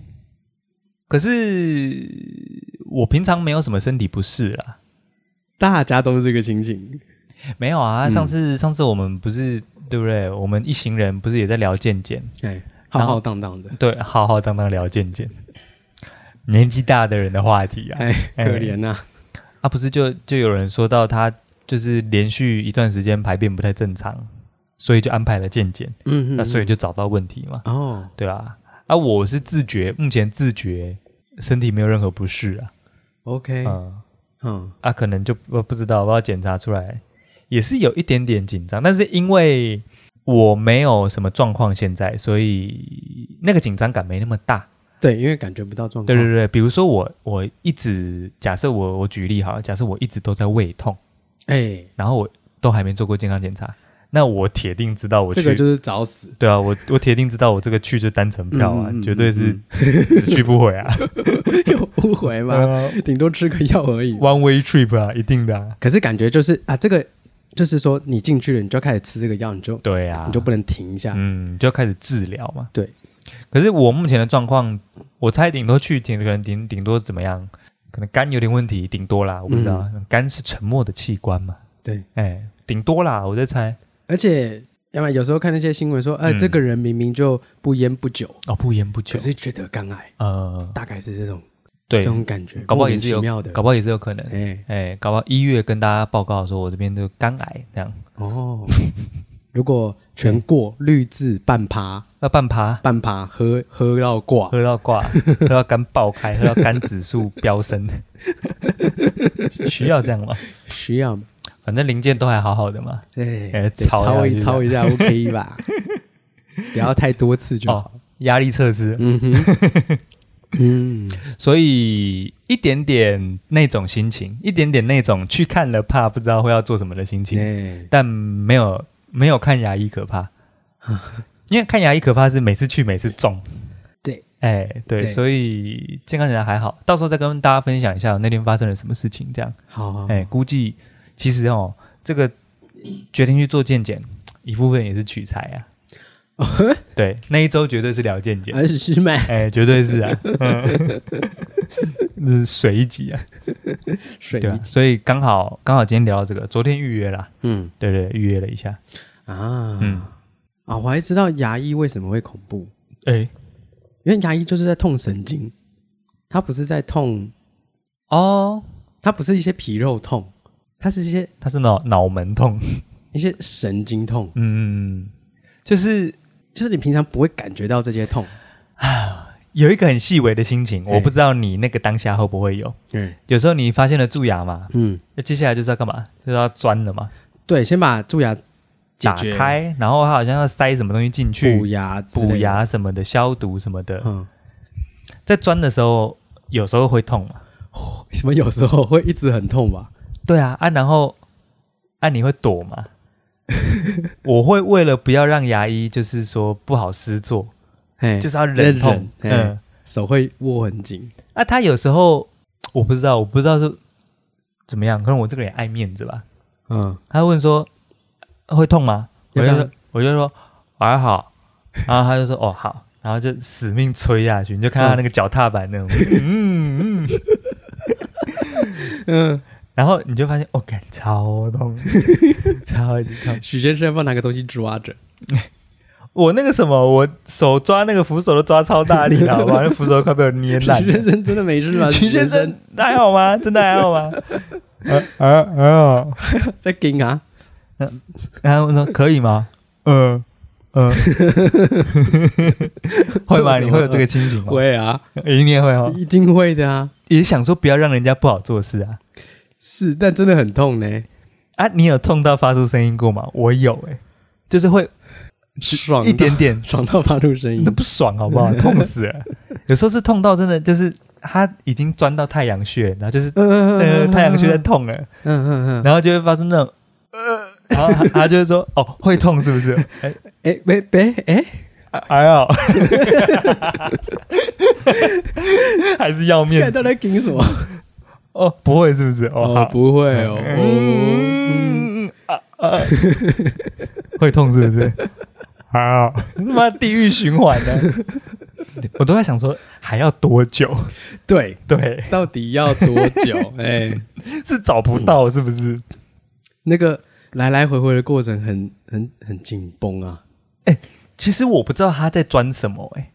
[SPEAKER 1] 可是我平常没有什么身体不适啦，
[SPEAKER 2] 大家都是这个情形，
[SPEAKER 1] 没有
[SPEAKER 2] 嗯
[SPEAKER 1] 啊。上次、上次我们不是对不对？我们一行人不是也在聊健健？
[SPEAKER 2] 哎，浩浩荡荡的，
[SPEAKER 1] 对，浩浩荡荡聊健健，年纪大的人的话题啊。
[SPEAKER 2] 哎，
[SPEAKER 1] 哎
[SPEAKER 2] 可怜呐、
[SPEAKER 1] 啊，不是就就有人说到他就是连续一段时间排便不太正常，所以就安排了健健，
[SPEAKER 2] 嗯，
[SPEAKER 1] 那所
[SPEAKER 2] 以
[SPEAKER 1] 以就找到问题嘛，
[SPEAKER 2] 哦，
[SPEAKER 1] 对啊。啊，我是自觉，目前自觉身体没有任何不适啊。
[SPEAKER 2] OK，
[SPEAKER 1] 嗯，
[SPEAKER 2] 嗯，
[SPEAKER 1] 啊，可能就不不知道，我要检查出来，也是有一点点紧张，但是因为我没有什么状况现在，所以那个紧张感没那么
[SPEAKER 2] 嗯
[SPEAKER 1] 大。
[SPEAKER 2] 对，因为感觉不到状况，
[SPEAKER 1] 对对对，比如说我我一直假设我我举例好了，假设我一直都在胃痛，
[SPEAKER 2] 哎，
[SPEAKER 1] 然后我都还没做过健康检查，那我铁定知道我去。
[SPEAKER 2] 这个就是找死，
[SPEAKER 1] 对啊，我我铁定知道我这个去就单程票啊，
[SPEAKER 2] 嗯嗯嗯
[SPEAKER 1] 绝对是
[SPEAKER 2] 嗯 啊
[SPEAKER 1] 只去不回 啊，
[SPEAKER 2] 有误会 吗？
[SPEAKER 1] 嗯
[SPEAKER 2] 顶多吃个药而已。
[SPEAKER 1] o n e way trip 啊，一定的、啊。
[SPEAKER 2] 可是感觉就是啊，这个就是说你进去了，你就开始吃这个药，你就、
[SPEAKER 1] 对啊，
[SPEAKER 2] 你就不能停一下。
[SPEAKER 1] 嗯，就要开始治疗嘛。
[SPEAKER 2] 对，
[SPEAKER 1] 可是我目前的状况，我猜顶多去顶可能顶顶多怎么样？可能肝有点问题，顶多啦，我不知道。
[SPEAKER 2] 嗯
[SPEAKER 1] 肝是沉默的器官嘛，
[SPEAKER 2] 对，
[SPEAKER 1] 哎，顶多啦，我在猜。
[SPEAKER 2] 而且要么有时候看那些新闻说，哎、
[SPEAKER 1] 嗯
[SPEAKER 2] 这个人明明就不烟不酒，
[SPEAKER 1] 哦，不言不久
[SPEAKER 2] 可，是却得肝癌，
[SPEAKER 1] 呃，大
[SPEAKER 2] 大概是这种
[SPEAKER 1] 对
[SPEAKER 2] 这，种感觉，
[SPEAKER 1] 搞不好
[SPEAKER 2] 莫
[SPEAKER 1] 也
[SPEAKER 2] 名
[SPEAKER 1] 是
[SPEAKER 2] 其
[SPEAKER 1] 有
[SPEAKER 2] 妙的。
[SPEAKER 1] 搞不好也是有可能。
[SPEAKER 2] 哎，
[SPEAKER 1] 哎，搞不好一月跟大家报告说，我这边的肝癌这样，
[SPEAKER 2] 哦， 如果全过绿字半趴，
[SPEAKER 1] 要半趴，
[SPEAKER 2] 半趴喝喝到挂，
[SPEAKER 1] 喝到 挂，喝到肝爆开，喝到肝指数飙升， 需要这样吗？
[SPEAKER 2] 需要
[SPEAKER 1] 反正零件都还好好的嘛。
[SPEAKER 2] 对，
[SPEAKER 1] 哎
[SPEAKER 2] 得
[SPEAKER 1] 抄一下是
[SPEAKER 2] 抄一
[SPEAKER 1] 不是
[SPEAKER 2] 抄一下 OK 吧，不要太多次就好。
[SPEAKER 1] 哦，压力测试，
[SPEAKER 2] 嗯哼， 嗯，
[SPEAKER 1] 所以一点点那种心情，一点点那种去看了怕不知道会要做什么的心情，
[SPEAKER 2] 对，
[SPEAKER 1] 但没有没有看牙医可怕，
[SPEAKER 2] 嗯
[SPEAKER 1] 因为看牙医可怕是每次去每次中。
[SPEAKER 2] 对，
[SPEAKER 1] 哎，对，
[SPEAKER 2] 对
[SPEAKER 1] 所以健康检查还好，到时候再跟大家分享一下那天发生了什么事情。这样，
[SPEAKER 2] 好好，
[SPEAKER 1] 哎，估计其实哦，这个决定去做健检，一部分也是取材啊。对，那一周绝对是聊健检。
[SPEAKER 2] 而是买
[SPEAKER 1] 哎，绝对是 啊，嗯，这是水一集啊，
[SPEAKER 2] 水
[SPEAKER 1] 对啊，
[SPEAKER 2] 晶，
[SPEAKER 1] 所以刚好刚好今天聊到这个，昨天预约啦，
[SPEAKER 2] 嗯
[SPEAKER 1] 对对，预约了一下，
[SPEAKER 2] 啊，
[SPEAKER 1] 嗯，
[SPEAKER 2] 啊，我还知道牙医为什么会恐怖，
[SPEAKER 1] 哎，
[SPEAKER 2] 因为牙医就是在痛神经，它不是在痛，
[SPEAKER 1] 哦，
[SPEAKER 2] 它不是一些皮肉痛，它是一些
[SPEAKER 1] 他是脑脑门痛，
[SPEAKER 2] 一些神经痛，
[SPEAKER 1] 嗯，就是
[SPEAKER 2] 就是你平常不会感觉到这些痛，
[SPEAKER 1] 有一个很细微的心情，
[SPEAKER 2] 哎
[SPEAKER 1] 我不知道你那个当下会不会有，
[SPEAKER 2] 对，
[SPEAKER 1] 有时候你发现了蛀牙嘛，
[SPEAKER 2] 嗯，
[SPEAKER 1] 那接下来就是要干嘛？就是要钻了嘛，
[SPEAKER 2] 对，先把蛀牙解
[SPEAKER 1] 打
[SPEAKER 2] 决，
[SPEAKER 1] 开，然后它好像要塞什么东西进
[SPEAKER 2] 补
[SPEAKER 1] 去，
[SPEAKER 2] 牙之类的
[SPEAKER 1] 补，牙什么的，消毒什么的，
[SPEAKER 2] 嗯。
[SPEAKER 1] 在钻的时候有时候会痛嘛。
[SPEAKER 2] 什么有时候会一直很痛吧？
[SPEAKER 1] 对啊，啊，然后啊，你会躲 吗？我会为了不要让牙医就是说不好施作，
[SPEAKER 2] 哎，
[SPEAKER 1] 就是要忍痛。
[SPEAKER 2] 忍
[SPEAKER 1] 嗯
[SPEAKER 2] 哎，手会握很紧。
[SPEAKER 1] 啊，他有时候我不知道，我不知道是怎么样，可能我这个人爱面子吧。
[SPEAKER 2] 嗯，
[SPEAKER 1] 他问说会痛吗？我
[SPEAKER 2] 要
[SPEAKER 1] 就
[SPEAKER 2] 不要
[SPEAKER 1] 说我就说还好，然后他就说哦好，然后就死命吹下去，你就看他那个脚踏板那种，嗯嗯，
[SPEAKER 2] 嗯，
[SPEAKER 1] 然后你就发现哦，感超 痛，超级痛。
[SPEAKER 2] 许先生要不要拿个东西抓着？
[SPEAKER 1] 我那个什么，我手抓那个扶手都抓超大力的，好 吧？那扶手都快被我捏
[SPEAKER 2] 许
[SPEAKER 1] 烂
[SPEAKER 2] 先
[SPEAKER 1] 了。
[SPEAKER 2] 生真的没事 吧？
[SPEAKER 1] 徐先生还好吗？真的还好吗？呃呃呃，
[SPEAKER 2] 在盯啊，
[SPEAKER 1] 然后我说可以吗？嗯 嗯，会吗？你会有这个情景吗？
[SPEAKER 2] 会啊，
[SPEAKER 1] 诶，你也会哦，
[SPEAKER 2] 一定会的啊。
[SPEAKER 1] 也想说不要让人家不好做事啊
[SPEAKER 2] 是，但真的很痛呢，
[SPEAKER 1] 啊！你有痛到发出声音过吗？我有诶，就是会
[SPEAKER 2] 爽到
[SPEAKER 1] 一点点
[SPEAKER 2] 爽到发出声音
[SPEAKER 1] 那。不爽好不好？痛死了！有时候是痛到真的就是他已经钻到太阳穴，然后就是
[SPEAKER 2] 嗯嗯
[SPEAKER 1] 呃
[SPEAKER 2] 嗯，
[SPEAKER 1] 太阳穴在
[SPEAKER 2] 嗯
[SPEAKER 1] 痛了，
[SPEAKER 2] 嗯嗯，
[SPEAKER 1] 然后就会发生那种呃，然后他他就会说哦会痛是不是？哎
[SPEAKER 2] 哎，别别哎，
[SPEAKER 1] 哎还好，还是要面
[SPEAKER 2] 看
[SPEAKER 1] 子
[SPEAKER 2] 他在听什么？
[SPEAKER 1] 哦不会是不是？哦好
[SPEAKER 2] 不会哦，哦
[SPEAKER 1] 嗯啊啊，会痛是不是？还好，他妈地狱循环的，我都在想说还要多久？
[SPEAKER 2] 对，
[SPEAKER 1] 对，
[SPEAKER 2] 到底要多久？ 哎，
[SPEAKER 1] 是找不到是不是？
[SPEAKER 2] 那个来来回回的过程很很很紧绷啊，
[SPEAKER 1] 其实我不知道他在钻什么、欸，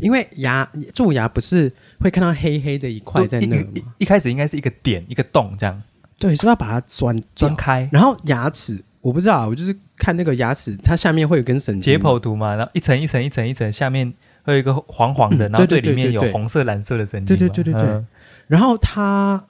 [SPEAKER 2] 因为牙蛀牙不是会看到黑黑的一块在那
[SPEAKER 1] 哦一一
[SPEAKER 2] 吗？
[SPEAKER 1] 一开始应该是一个点一个洞这样
[SPEAKER 2] 对，是不是要把它钻掉
[SPEAKER 1] 钻开，
[SPEAKER 2] 然后牙齿我不知道啊，我就是看那个牙齿，它下面会有根神
[SPEAKER 1] 嗯
[SPEAKER 2] 经
[SPEAKER 1] 解剖图嘛，然后一层一层一层一层，下面会有一个黄黄的，
[SPEAKER 2] 嗯
[SPEAKER 1] 然后
[SPEAKER 2] 对对
[SPEAKER 1] 里面
[SPEAKER 2] 对对
[SPEAKER 1] 有
[SPEAKER 2] 对
[SPEAKER 1] 红色、蓝色的神经嘛。
[SPEAKER 2] 对对对对对
[SPEAKER 1] 嗯
[SPEAKER 2] 然后它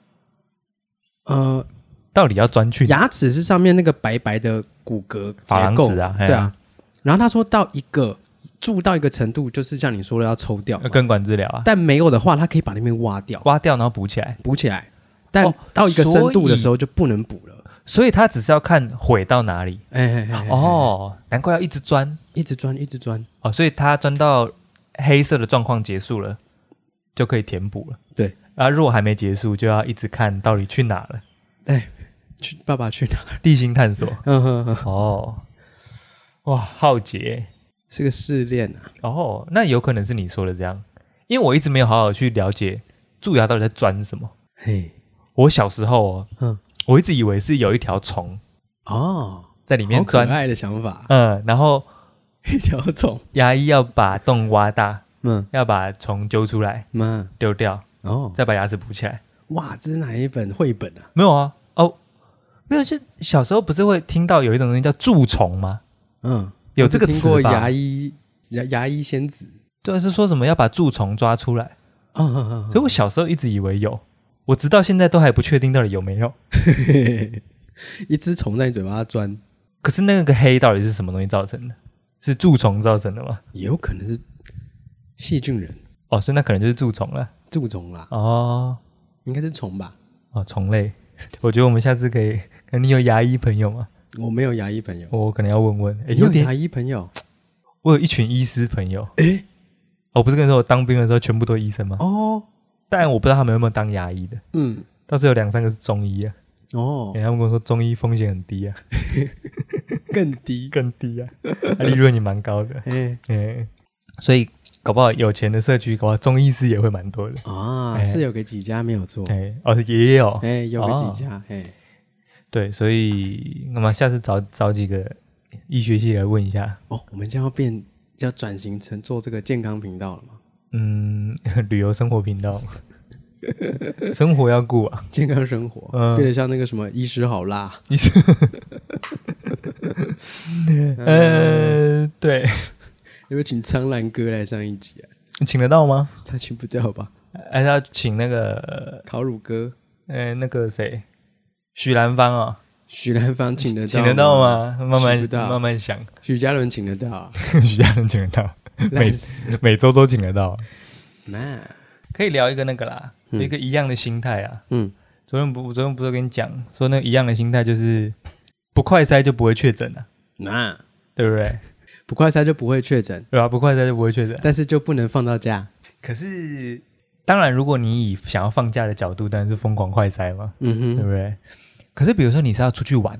[SPEAKER 2] 呃
[SPEAKER 1] 到底要钻去哪？
[SPEAKER 2] 牙齿是上面那个白白的骨
[SPEAKER 1] 珐
[SPEAKER 2] 骼结
[SPEAKER 1] 琅
[SPEAKER 2] 构
[SPEAKER 1] 质啊
[SPEAKER 2] 对
[SPEAKER 1] 嘿
[SPEAKER 2] 啊
[SPEAKER 1] 啊。
[SPEAKER 2] 然后他说到一个蛀到一个程度，就是像你说的要抽掉嘛
[SPEAKER 1] 要，根管治疗啊，
[SPEAKER 2] 但没有的话，它可以把那边挖掉
[SPEAKER 1] 挖掉然后补起来。
[SPEAKER 2] 补起来，但
[SPEAKER 1] 哦
[SPEAKER 2] 到一个深度
[SPEAKER 1] 所
[SPEAKER 2] 的
[SPEAKER 1] 以
[SPEAKER 2] 时候就不能补了。
[SPEAKER 1] 所以他只是要看毁到哪里。
[SPEAKER 2] 哎哎哎，哎，
[SPEAKER 1] 哦，难怪要一直钻
[SPEAKER 2] 哎一直钻一直钻，
[SPEAKER 1] 哦，所以他钻到黑色的状况结束了，就可以填补了。
[SPEAKER 2] 对，
[SPEAKER 1] 啊，如果还没结束，就要一直看到底去哪了，
[SPEAKER 2] 哎，去爸爸去哪儿？
[SPEAKER 1] 地心探索。
[SPEAKER 2] 嗯哼哼，
[SPEAKER 1] 哦，哇，浩劫。
[SPEAKER 2] 是个试炼啊。
[SPEAKER 1] 哦，那有可能是你说的这样，因为我一直没有好好去了解蛀牙到底在钻什么。
[SPEAKER 2] 嘿，
[SPEAKER 1] 我小时候哦，
[SPEAKER 2] 嗯，
[SPEAKER 1] 我一直以为是有一条虫
[SPEAKER 2] 哦，
[SPEAKER 1] 在里
[SPEAKER 2] 好
[SPEAKER 1] 面
[SPEAKER 2] 可
[SPEAKER 1] 钻，
[SPEAKER 2] 爱的想法，
[SPEAKER 1] 嗯，然后
[SPEAKER 2] 一条虫，
[SPEAKER 1] 牙医要把洞挖大，
[SPEAKER 2] 嗯
[SPEAKER 1] 要把虫揪出来
[SPEAKER 2] 嗯，
[SPEAKER 1] 丢掉，
[SPEAKER 2] 哦，
[SPEAKER 1] 再把牙齿补起来。
[SPEAKER 2] 哇，这是哪一本绘本啊？
[SPEAKER 1] 没有啊，哦，没有，就小时候不是会听到有一种东西叫蛀虫吗？
[SPEAKER 2] 嗯，
[SPEAKER 1] 有这个
[SPEAKER 2] 我只
[SPEAKER 1] 词
[SPEAKER 2] 听过
[SPEAKER 1] 吧
[SPEAKER 2] 牙医牙牙医仙子，
[SPEAKER 1] 就是说什么要把蛀虫抓出来，
[SPEAKER 2] 啊
[SPEAKER 1] 哦
[SPEAKER 2] 啊
[SPEAKER 1] 所以我小时候一直以为有，我直到现在都还不确定到底有没有。
[SPEAKER 2] 一只虫在你嘴巴钻，
[SPEAKER 1] 可是那个黑到底是什么东西造成的？是蛀虫造成的吗？
[SPEAKER 2] 也有可能是细菌人
[SPEAKER 1] 哦，所以那可能就是蛀虫了。
[SPEAKER 2] 蛀虫啦，
[SPEAKER 1] 哦
[SPEAKER 2] 应该是虫吧？
[SPEAKER 1] 哦，虫类， 我觉得我们下次可以，你有牙医朋友吗？
[SPEAKER 2] 我没有牙医朋友，
[SPEAKER 1] 我可能要问问。诶
[SPEAKER 2] 你
[SPEAKER 1] 有
[SPEAKER 2] 有
[SPEAKER 1] 点，
[SPEAKER 2] 牙医朋友
[SPEAKER 1] 我有一群医师朋友。诶、我不是跟你说我当兵的时候全部都医生吗？
[SPEAKER 2] 哦，
[SPEAKER 1] 但我不知道他们有没有当牙医的，
[SPEAKER 2] 嗯，
[SPEAKER 1] 倒是有两三个是中医啊。
[SPEAKER 2] 哦
[SPEAKER 1] 诶，他们跟我说中医风险很低啊，
[SPEAKER 2] 更 低，
[SPEAKER 1] 更低啊，啊 利润也蛮高的。
[SPEAKER 2] 哎
[SPEAKER 1] 嗯，所以搞不好有钱的社区，搞不好中医师也会蛮多的。
[SPEAKER 2] 啊，
[SPEAKER 1] 哎
[SPEAKER 2] 是有个几家没有做，
[SPEAKER 1] 哎、哦，也有，
[SPEAKER 2] 哎，有个
[SPEAKER 1] 哦
[SPEAKER 2] 几家，哎，
[SPEAKER 1] 对，所以那么下次找找几个医学系来问一下，
[SPEAKER 2] 哦，我们将要变要转型成做这个健康频道了吗？
[SPEAKER 1] 嗯， 旅游生活频 道，生活要顾啊，
[SPEAKER 2] 健康生活，
[SPEAKER 1] 嗯
[SPEAKER 2] 变得像那个什么医师好辣，
[SPEAKER 1] 你是，
[SPEAKER 2] 嗯
[SPEAKER 1] 呃，对，
[SPEAKER 2] 有没有请苍兰哥来上一集啊？
[SPEAKER 1] 请得到吗？
[SPEAKER 2] 他请不掉吧？
[SPEAKER 1] 还是要请那个
[SPEAKER 2] 烤乳哥
[SPEAKER 1] 呃那个谁，许兰芳啊、
[SPEAKER 2] 许兰芳请得到，
[SPEAKER 1] 请得到？吗？慢
[SPEAKER 2] 请不
[SPEAKER 1] 慢
[SPEAKER 2] 到
[SPEAKER 1] 慢慢想，
[SPEAKER 2] 许嘉伦请得到啊？
[SPEAKER 1] 许家人请得到，每
[SPEAKER 2] 烂死
[SPEAKER 1] 每周都请得到，
[SPEAKER 2] 妈，
[SPEAKER 1] 可以聊一个那个啦，
[SPEAKER 2] 嗯
[SPEAKER 1] 一个一样的心态啊。
[SPEAKER 2] 嗯，
[SPEAKER 1] 昨天不，昨天不是跟你讲说那一样的心态，就是不快筛就不会确诊啊，
[SPEAKER 2] 那
[SPEAKER 1] 对不对？
[SPEAKER 2] 不快筛就不会确诊，
[SPEAKER 1] 对吧、不快筛就不会确诊。
[SPEAKER 2] 但是就不能放到假。
[SPEAKER 1] 可是，当然，如果你以想要放假的角度，当然是疯狂快筛嘛，对
[SPEAKER 2] 嗯哼，
[SPEAKER 1] 不对？可是，比如说你是要出去玩，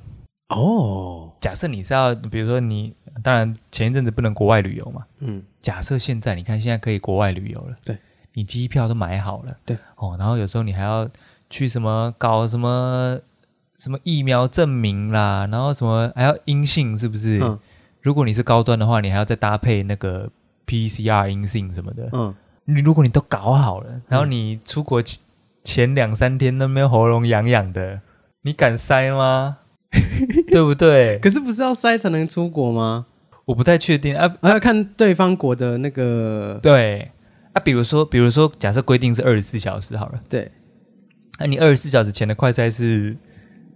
[SPEAKER 2] 哦，
[SPEAKER 1] 假设你是要，比如说你，当然前一阵子不能国外旅游嘛。
[SPEAKER 2] 嗯，
[SPEAKER 1] 假设现在你看，现在可以国外旅游了，
[SPEAKER 2] 对，
[SPEAKER 1] 你机票都买好了，
[SPEAKER 2] 对，
[SPEAKER 1] 哦，然后有时候你还要去什么搞什么什么疫苗证明啦，然后什么还要阴性，是不是？
[SPEAKER 2] 嗯
[SPEAKER 1] 如果你是高端的话，你还要再搭配那个 PCR 阴性什么的。
[SPEAKER 2] 嗯，
[SPEAKER 1] 你如果你都搞好了，然后你出国前前两三天都没有喉咙痒痒的，你敢塞 吗？对不对？
[SPEAKER 2] 可是不是要筛才能出国吗？
[SPEAKER 1] 我不太确定啊。
[SPEAKER 2] 啊，要看对方国的那个，
[SPEAKER 1] 对啊，比如说，比如说，假设规定是二十四小时好了，
[SPEAKER 2] 对，
[SPEAKER 1] 那、你二十四小时前的快筛是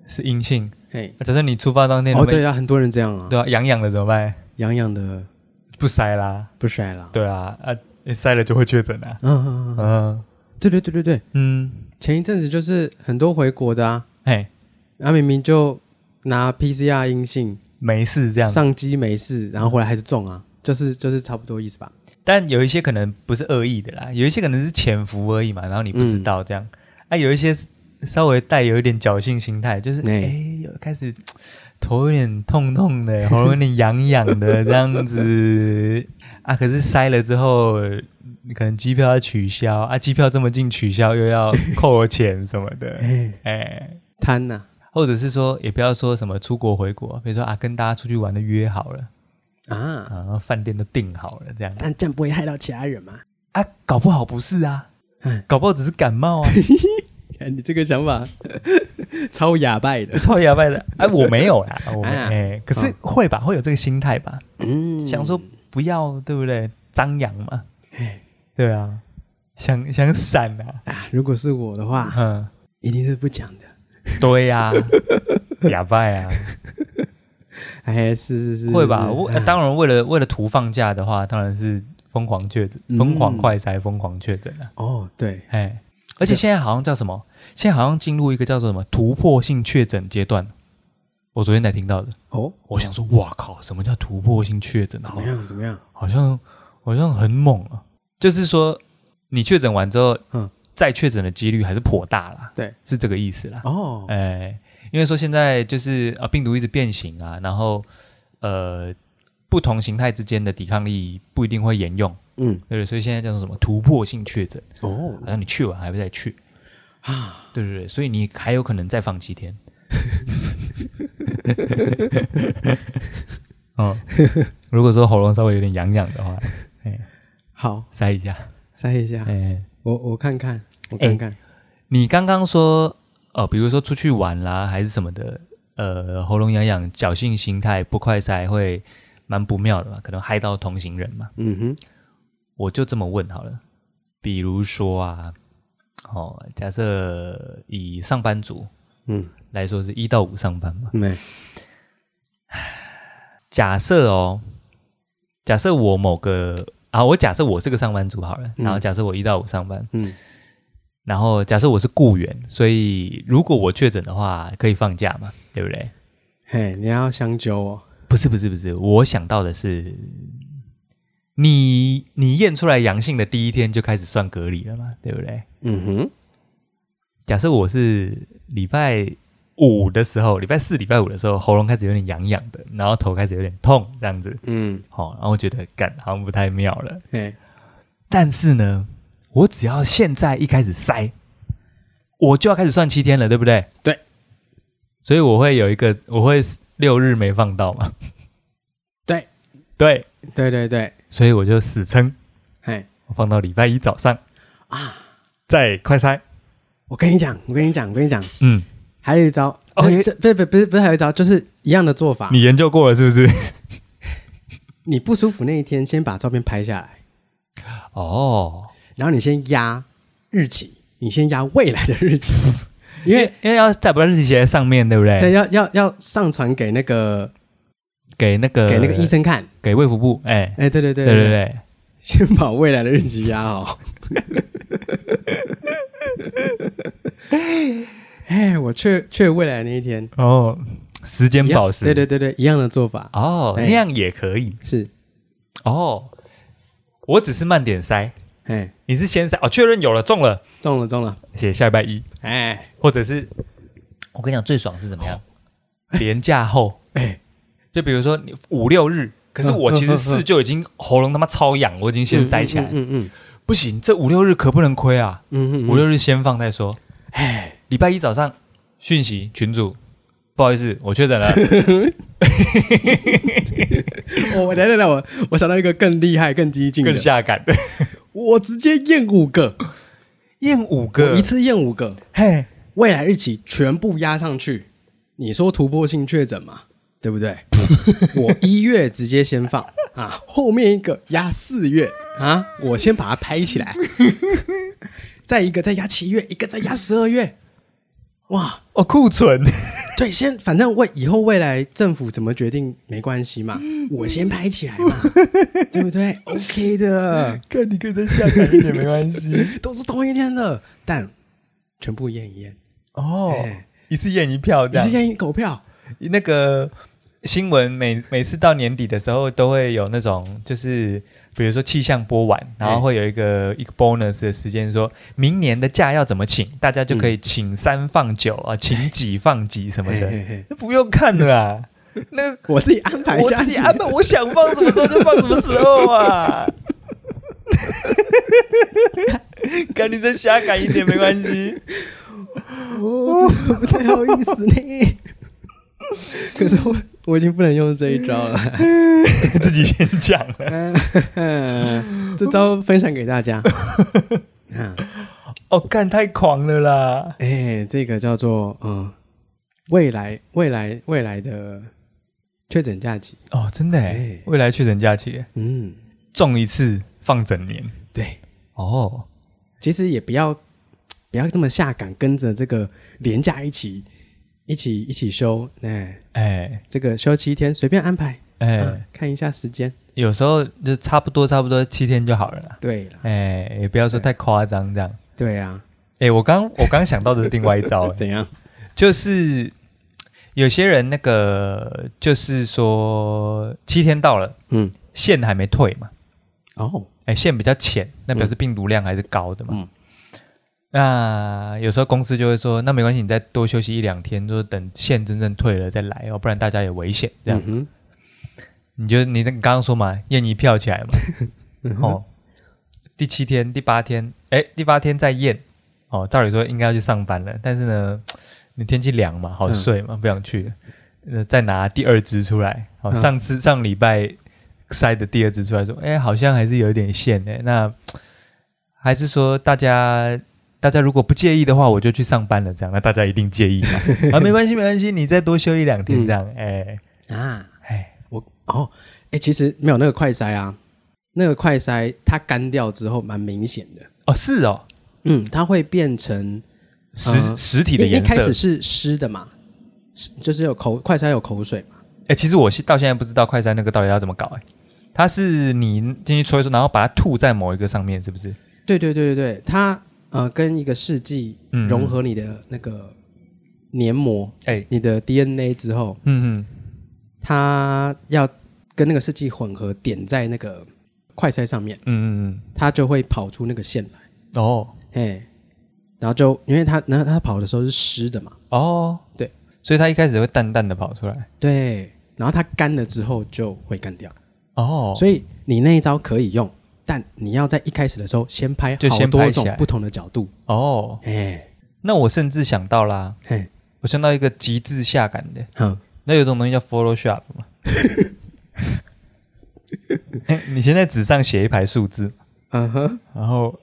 [SPEAKER 1] 是阴性，
[SPEAKER 2] 嘿，
[SPEAKER 1] 假设你出发当天
[SPEAKER 2] 哦，
[SPEAKER 1] 你们
[SPEAKER 2] 对啊，很多人这样啊，
[SPEAKER 1] 对啊，痒痒的怎么办？
[SPEAKER 2] 痒痒的
[SPEAKER 1] 不塞啦，
[SPEAKER 2] 不筛啦。
[SPEAKER 1] 对啊，啊，塞了就会确诊啊。
[SPEAKER 2] 嗯嗯嗯嗯，
[SPEAKER 1] 嗯，
[SPEAKER 2] 对对对对对，
[SPEAKER 1] 嗯，
[SPEAKER 2] 前一阵子就是很多回国的啊，
[SPEAKER 1] 哎，
[SPEAKER 2] 他明明就拿 PCR 阴性
[SPEAKER 1] 没事这样。
[SPEAKER 2] 上机没事，然后回来还是中啊，就是就是差不多意思吧。
[SPEAKER 1] 但有一些可能不是恶意的啦，有一些可能是潜伏而已嘛，然后你不知道这样。啊，有一些是稍微带有一点侥幸心态，就是
[SPEAKER 2] 哎，
[SPEAKER 1] 哎，有开始头有点痛痛的，喉咙有点痒痒的这样子啊。可是塞了之后，可能机票要取消啊，机票这么近取消又要扣钱什么的
[SPEAKER 2] 哎，
[SPEAKER 1] 哎。
[SPEAKER 2] 贪呐
[SPEAKER 1] 或者是说，也不要说什么出国回国，比如说啊，跟大家出去玩的约好了，
[SPEAKER 2] 啊，
[SPEAKER 1] 啊，饭店都订好了，这样
[SPEAKER 2] 但这样不会害到其他人嘛？
[SPEAKER 1] 啊，搞不好不是啊
[SPEAKER 2] 哎，
[SPEAKER 1] 搞不好只是感冒啊，
[SPEAKER 2] 看哎你这个想法 超哑巴的，
[SPEAKER 1] 超牙拜的，哎、我没有啦，我没哎、
[SPEAKER 2] 啊
[SPEAKER 1] 可是会吧，会有这个心态吧，
[SPEAKER 2] 嗯，
[SPEAKER 1] 想说不要，对不对？张扬嘛
[SPEAKER 2] 哎，
[SPEAKER 1] 对啊，想想闪啊，
[SPEAKER 2] 啊，如果是我的话，
[SPEAKER 1] 嗯，
[SPEAKER 2] 一定是不讲的。
[SPEAKER 1] 对呀、啊， 哑巴啊，
[SPEAKER 2] 哎，是是是，
[SPEAKER 1] 会吧？
[SPEAKER 2] 是
[SPEAKER 1] 我、
[SPEAKER 2] 哎
[SPEAKER 1] 当然为了为了图放假的话，当然是疯狂确诊，疯狂
[SPEAKER 2] 嗯
[SPEAKER 1] 快筛，疯狂确诊啊。
[SPEAKER 2] 哦，对，
[SPEAKER 1] 哎，而且现在好像叫什么？现在好像进入一个叫做什么突破性确诊阶段。我昨天才听到的，
[SPEAKER 2] 哦，
[SPEAKER 1] 我想说，哇靠，什么叫突破性确诊？
[SPEAKER 2] 怎么样？怎么样？
[SPEAKER 1] 好像好像很猛啊！就是说，你确诊完之后，
[SPEAKER 2] 嗯
[SPEAKER 1] 再确诊的几率还是颇大啦。
[SPEAKER 2] 对，
[SPEAKER 1] 是这个意思啦。
[SPEAKER 2] 哦，
[SPEAKER 1] 哎，因为说现在就是啊，病毒一直变形啊，然后呃，不同形态之间的抵抗力不一定会沿用，
[SPEAKER 2] 嗯，
[SPEAKER 1] 对不对？所以现在叫做什么突破性确诊，
[SPEAKER 2] 哦
[SPEAKER 1] 好像你去完还会再去。
[SPEAKER 2] 啊，
[SPEAKER 1] 对对对，所以你还有可能再放七天。哦，如果说喉咙稍微有点痒痒的话，哎，
[SPEAKER 2] 好，
[SPEAKER 1] 塞一下。
[SPEAKER 2] 塞一下，
[SPEAKER 1] 哎，
[SPEAKER 2] 我我看看，我看看，
[SPEAKER 1] 你刚刚说，呃，比如说出去玩啦，还是什么的，呃，喉咙痒痒，侥幸心态不快塞会蛮不妙的嘛，可能害到同行人嘛。
[SPEAKER 2] 嗯哼，
[SPEAKER 1] 我就这么问好了，比如说啊，哦，假设以上班族
[SPEAKER 2] 嗯，哎
[SPEAKER 1] 来说是一到五上班嘛，
[SPEAKER 2] 没，
[SPEAKER 1] 假设哦，假设我某个啊，我假设我是个上班族好了，
[SPEAKER 2] 嗯
[SPEAKER 1] 然后假设我一到五上班，
[SPEAKER 2] 嗯，
[SPEAKER 1] 然后假设我是雇员，所以如果我确诊的话，可以放假嘛，对不对？
[SPEAKER 2] 嘿，你要香灸哦，
[SPEAKER 1] 不是不是不是，我想到的是，你你验出来阳性的第一天就开始算隔离了嘛，对不对？
[SPEAKER 2] 嗯哼，
[SPEAKER 1] 假设我是礼拜五的时候，礼拜四、礼拜五的时候，喉咙开始有点痒痒的，然后头开始有点痛，这样子，
[SPEAKER 2] 嗯，
[SPEAKER 1] 好、然后我觉得干好像不太妙了。
[SPEAKER 2] 嘿，
[SPEAKER 1] 但是呢，我只要现在一开始塞，我就要开始算七天了，对不对？
[SPEAKER 2] 对，
[SPEAKER 1] 所以我会有一个，我会六日没放到嘛。
[SPEAKER 2] 对
[SPEAKER 1] 对，
[SPEAKER 2] 对对对，
[SPEAKER 1] 所以我就死撑，
[SPEAKER 2] 嘿，
[SPEAKER 1] 我放到礼拜一早上啊，再快塞。
[SPEAKER 2] 我跟你讲，我跟你讲，我跟你讲，
[SPEAKER 1] 嗯，
[SPEAKER 2] 还有一招，
[SPEAKER 1] 哦
[SPEAKER 2] 就
[SPEAKER 1] 也
[SPEAKER 2] 是不不不是不是还有一招，就是一样的做法，
[SPEAKER 1] 你研究过了是不 是？
[SPEAKER 2] 你不舒服那一天，先把照片拍下来，
[SPEAKER 1] 哦，
[SPEAKER 2] 然后你先压日期，你先压未来的日 期，因
[SPEAKER 1] 因
[SPEAKER 2] 为
[SPEAKER 1] 为因为要在不日期写在上面，对不对？
[SPEAKER 2] 对，要要要上传给那个
[SPEAKER 1] 给那个
[SPEAKER 2] 给那个医，生看，
[SPEAKER 1] 给卫福部，哎、
[SPEAKER 2] 哎，对对对
[SPEAKER 1] 对对，对，
[SPEAKER 2] 先把未来的日期压好。 哎，我确确未来那一天，
[SPEAKER 1] 哦，时间
[SPEAKER 2] 一样
[SPEAKER 1] 宝石，
[SPEAKER 2] 对对对对，一样的做法
[SPEAKER 1] 哦，
[SPEAKER 2] 哎
[SPEAKER 1] 那样也可以。
[SPEAKER 2] 是，
[SPEAKER 1] 哦，我只是慢点塞，
[SPEAKER 2] 哎，
[SPEAKER 1] 你是先塞哦，确认有了中了，
[SPEAKER 2] 中了中了，
[SPEAKER 1] 写下礼拜一，
[SPEAKER 2] 哎
[SPEAKER 1] 或者是我跟你讲最爽是怎么样？廉价后，
[SPEAKER 2] 哎，
[SPEAKER 1] 就比如说你五六日，可是我其实
[SPEAKER 2] 嗯嗯嗯
[SPEAKER 1] 四
[SPEAKER 2] 嗯
[SPEAKER 1] 就已经喉咙他妈超痒，我已经先塞起来，
[SPEAKER 2] 嗯嗯
[SPEAKER 1] 不行，这五六日可不能亏啊，
[SPEAKER 2] 嗯嗯，
[SPEAKER 1] 五六日先放再说。
[SPEAKER 2] 哎，
[SPEAKER 1] 礼拜一早上讯息群主，不好意思，我确诊 了，
[SPEAKER 2] 我我等等等我我想到一个更厉害、更激进的
[SPEAKER 1] 更，下 感，
[SPEAKER 2] 我直接验五个，
[SPEAKER 1] 验五
[SPEAKER 2] 我
[SPEAKER 1] 个
[SPEAKER 2] 一，次验五个，
[SPEAKER 1] 嘿，
[SPEAKER 2] 未来日期全部压上去。你说突破性确诊嘛，对不对？我一月直接先放 啊，后面一个压四月啊，我先把它拍起来， 再一个再压七月，一个再压十二月，哇，
[SPEAKER 1] 哦，库存，
[SPEAKER 2] 对，先反正未以后未来政府怎么决定没关系嘛，我先拍起来嘛，对不对？OK 的，
[SPEAKER 1] 看你可以再下载一点没关系
[SPEAKER 2] 都是同一天的，但全部验一验，
[SPEAKER 1] 哦
[SPEAKER 2] 哎，
[SPEAKER 1] 一次验一票这
[SPEAKER 2] 你
[SPEAKER 1] 样
[SPEAKER 2] 是。验一狗票，
[SPEAKER 1] 那个新闻每每次到年底的时候，都会有那种就是。比如说气象播完，然后会有一个一个 bonus 的时间，说明年的假要怎么请，大家就可以请三放九啊，请几放几什么
[SPEAKER 2] 嘿
[SPEAKER 1] 的，
[SPEAKER 2] 嗯嘿嘿
[SPEAKER 1] 那不用看了啦。 那个
[SPEAKER 2] 我自己安排，
[SPEAKER 1] 我自己安排，。我想放什么时候就放什么时候啊。 赶紧再瞎改一点没关 系。
[SPEAKER 2] 哦，这不太好意思呢。 可是我我已经不能用这一招 了，
[SPEAKER 1] 自己先讲了。
[SPEAKER 2] 这招分享给大 家。啊，
[SPEAKER 1] 哦，干太狂了啦！
[SPEAKER 2] 哎，这个叫做嗯，未来未来未来的确诊假期。
[SPEAKER 1] 哦，真的哎
[SPEAKER 2] 哎，
[SPEAKER 1] 未来确诊假期
[SPEAKER 2] 嗯，
[SPEAKER 1] 中一次放整年
[SPEAKER 2] 对，
[SPEAKER 1] 哦，
[SPEAKER 2] 其实也不要不要这么下岗，跟着这个廉价一起一起一起休。哎，
[SPEAKER 1] 哎
[SPEAKER 2] 这个休七天随便安排，
[SPEAKER 1] 哎，
[SPEAKER 2] 啊看一下时间。
[SPEAKER 1] 有时候就差不多差不多七天就好了啦。
[SPEAKER 2] 对了，
[SPEAKER 1] 哎，也不要说太夸张这样。
[SPEAKER 2] 对啊，
[SPEAKER 1] 哎，我刚我刚想到的是另外一 招，哎
[SPEAKER 2] 怎样？
[SPEAKER 1] 就是有些人那个就是说七天到了，
[SPEAKER 2] 嗯，
[SPEAKER 1] 线还没退嘛，
[SPEAKER 2] 哦，
[SPEAKER 1] 哎，线比较浅，那表示病毒量还是高的嘛。
[SPEAKER 2] 嗯
[SPEAKER 1] 那有时候公司就会说，那没关系，你再多休息一两天，就是等线真正退了再来哦，不然大家也危险。这样，
[SPEAKER 2] 嗯
[SPEAKER 1] 你就你刚刚说嘛，验一票起来嘛，
[SPEAKER 2] 哼，嗯哼
[SPEAKER 1] 哦，第七天、第八天，哎，第八天再验，哦，照理说应该要去上班了，但是呢，你天气凉嘛，好睡嘛，不想去了，呃，再拿第二支出来，哦，
[SPEAKER 2] 嗯
[SPEAKER 1] 上次上礼拜塞的第二支出来说，哎，好像还是有点线哎，那还是说大家。大家如果不介意的话，我就去上班了。这样，那大家一定介意嘛？ 啊，没关系，没关系，你再多休一两天，这样，哎、
[SPEAKER 2] 啊，
[SPEAKER 1] 哎、
[SPEAKER 2] 我哦，哎、其实没有那个快筛啊，那个快筛它干掉之后蛮明显的，
[SPEAKER 1] 哦，是哦，
[SPEAKER 2] 嗯，它会变成
[SPEAKER 1] 实、
[SPEAKER 2] 呃
[SPEAKER 1] 实体
[SPEAKER 2] 一
[SPEAKER 1] 的
[SPEAKER 2] 一
[SPEAKER 1] 颜色。
[SPEAKER 2] 开始是湿的嘛，是就是有口快筛有口水嘛，
[SPEAKER 1] 哎、其实我是到现在不知道快餐那个到底要怎么搞、哎，它是你进去搓一搓，然后把它吐在某一个上面，是不是？
[SPEAKER 2] 对对对对对，它呃跟一个试剂
[SPEAKER 1] 嗯
[SPEAKER 2] 融合你的那个黏膜，
[SPEAKER 1] 哎、
[SPEAKER 2] 你的 DNA 之后，
[SPEAKER 1] 嗯嗯，
[SPEAKER 2] 它要跟那个试剂混合点在那个快筛上面，
[SPEAKER 1] 嗯嗯
[SPEAKER 2] 它就会跑出那个线来，
[SPEAKER 1] 嗯，哦
[SPEAKER 2] 哎，然后就因为它然后它跑的时候是湿的嘛。
[SPEAKER 1] 哦，
[SPEAKER 2] 对，
[SPEAKER 1] 所以它一开始会淡淡的跑出来，
[SPEAKER 2] 对，然后它干了之后就会干掉，
[SPEAKER 1] 哦，
[SPEAKER 2] 所以你那一招可以用，但你要在一开始的时候先拍
[SPEAKER 1] 就
[SPEAKER 2] 好
[SPEAKER 1] 先拍
[SPEAKER 2] 多
[SPEAKER 1] 起
[SPEAKER 2] 种
[SPEAKER 1] 来
[SPEAKER 2] 不同的角度，
[SPEAKER 1] 哦，
[SPEAKER 2] 哎
[SPEAKER 1] 那我甚至想到啦，
[SPEAKER 2] 嘿，
[SPEAKER 1] 我想到一个极致下感的，
[SPEAKER 2] 好，
[SPEAKER 1] 那有种东西叫 Photoshop 嘛。 哎你先在纸上写一排数字，
[SPEAKER 2] 嗯哼，
[SPEAKER 1] 然后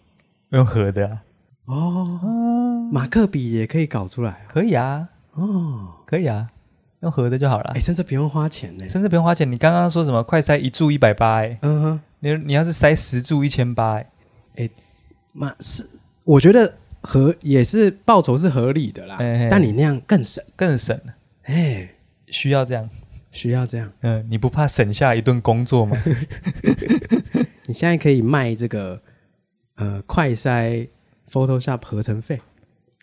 [SPEAKER 1] 用合的、啊，
[SPEAKER 2] 哦，马克笔也可以搞出来
[SPEAKER 1] 可以啊，
[SPEAKER 2] 哦，
[SPEAKER 1] 可以啊，用合的就好了
[SPEAKER 2] 哎，。甚至不用花钱呢，
[SPEAKER 1] 甚至不用花钱。你刚刚说什么快塞一注一百八？哎，
[SPEAKER 2] 嗯哼，
[SPEAKER 1] 你你要是塞十注一千八，哎，
[SPEAKER 2] 马是，我觉得合也是报酬是合理的啦
[SPEAKER 1] 嘿嘿，
[SPEAKER 2] 但你那样更省，
[SPEAKER 1] 更省了。
[SPEAKER 2] 哎，
[SPEAKER 1] 需要这样，
[SPEAKER 2] 需要这样，
[SPEAKER 1] 嗯，你不怕省下一顿工作吗？
[SPEAKER 2] 你现在可以卖这个呃快筛 Photoshop 合成费。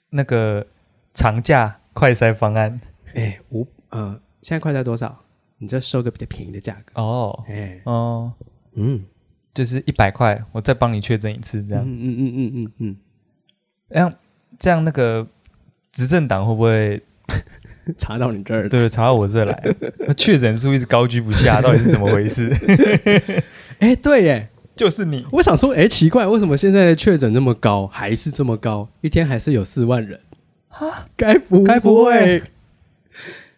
[SPEAKER 1] 那个长假快塞方案
[SPEAKER 2] 哎，五呃，现在快在多少？你就收个比较便宜的价格。
[SPEAKER 1] 哦
[SPEAKER 2] 哎，
[SPEAKER 1] 哦，
[SPEAKER 2] 嗯，
[SPEAKER 1] 就是一百块，我再帮你确诊一次，这
[SPEAKER 2] 嗯
[SPEAKER 1] 样，
[SPEAKER 2] 嗯嗯嗯嗯嗯，
[SPEAKER 1] 这样这样那个执政党会不会
[SPEAKER 2] 嗯 查到你这儿的。
[SPEAKER 1] 对查到我 这来？那确诊数一直高居不下，到底是怎么回事？
[SPEAKER 2] 哎，对耶，
[SPEAKER 1] 就是你
[SPEAKER 2] 我想说，哎，奇怪，为什么现在的确诊那么高，还是这么高？一天还是有四万人啊？该不
[SPEAKER 1] 该不会
[SPEAKER 2] 会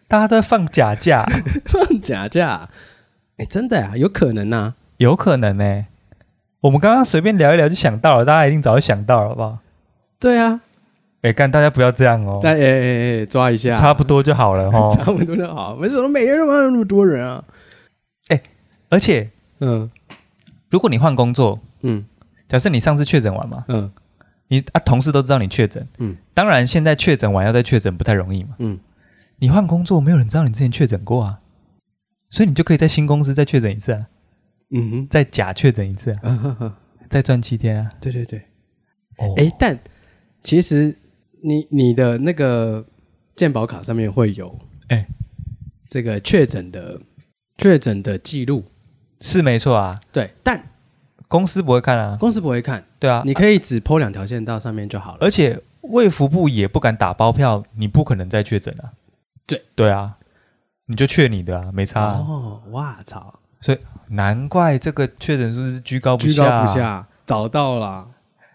[SPEAKER 1] 大家都在放假假，
[SPEAKER 2] 放 假假？哎，真的啊，有可能呐、
[SPEAKER 1] 有可能呢、我们刚刚随便聊一聊就想到了，大家一定早就想到了，好不好？
[SPEAKER 2] 对啊，
[SPEAKER 1] 哎、干，大家不要这样哦，
[SPEAKER 2] 但哎哎哎，抓一 下，
[SPEAKER 1] 差不多就好了
[SPEAKER 2] 差
[SPEAKER 1] 哦。
[SPEAKER 2] 不多就好。没什么，每天都有那么多人啊。
[SPEAKER 1] 而且，
[SPEAKER 2] 嗯
[SPEAKER 1] 如果你换工作，
[SPEAKER 2] 嗯
[SPEAKER 1] 假设你上次确诊完嘛，
[SPEAKER 2] 嗯
[SPEAKER 1] 你啊同事都知道你确诊，
[SPEAKER 2] 嗯
[SPEAKER 1] 当然现在确诊完要再确诊不太容易嘛。
[SPEAKER 2] 嗯，
[SPEAKER 1] 你换工作，没有人知道你之前确诊过啊，所以你就可以在新公司再确诊一次、啊，
[SPEAKER 2] 嗯哼
[SPEAKER 1] 再假确诊一次、啊，
[SPEAKER 2] 啊哈哈，
[SPEAKER 1] 再赚七天啊。
[SPEAKER 2] 对对对，
[SPEAKER 1] 哦，
[SPEAKER 2] 哎，但其实你你的那个健保卡上面会有
[SPEAKER 1] 哎，
[SPEAKER 2] 这个确诊的确诊的记录，
[SPEAKER 1] 是没错啊，
[SPEAKER 2] 对，但
[SPEAKER 1] 公司不会看啊，
[SPEAKER 2] 公司不会看，
[SPEAKER 1] 对啊，
[SPEAKER 2] 你可以只剖两条线到上面就好了。
[SPEAKER 1] 而且卫福部也不敢打包票，你不可能再确诊啊。
[SPEAKER 2] 对
[SPEAKER 1] 对啊，你就确你的啊，没差、啊。
[SPEAKER 2] 哦，哇操，
[SPEAKER 1] 难怪这个确诊数是居高不
[SPEAKER 2] 居
[SPEAKER 1] 下、啊
[SPEAKER 2] 高不。下，找到了。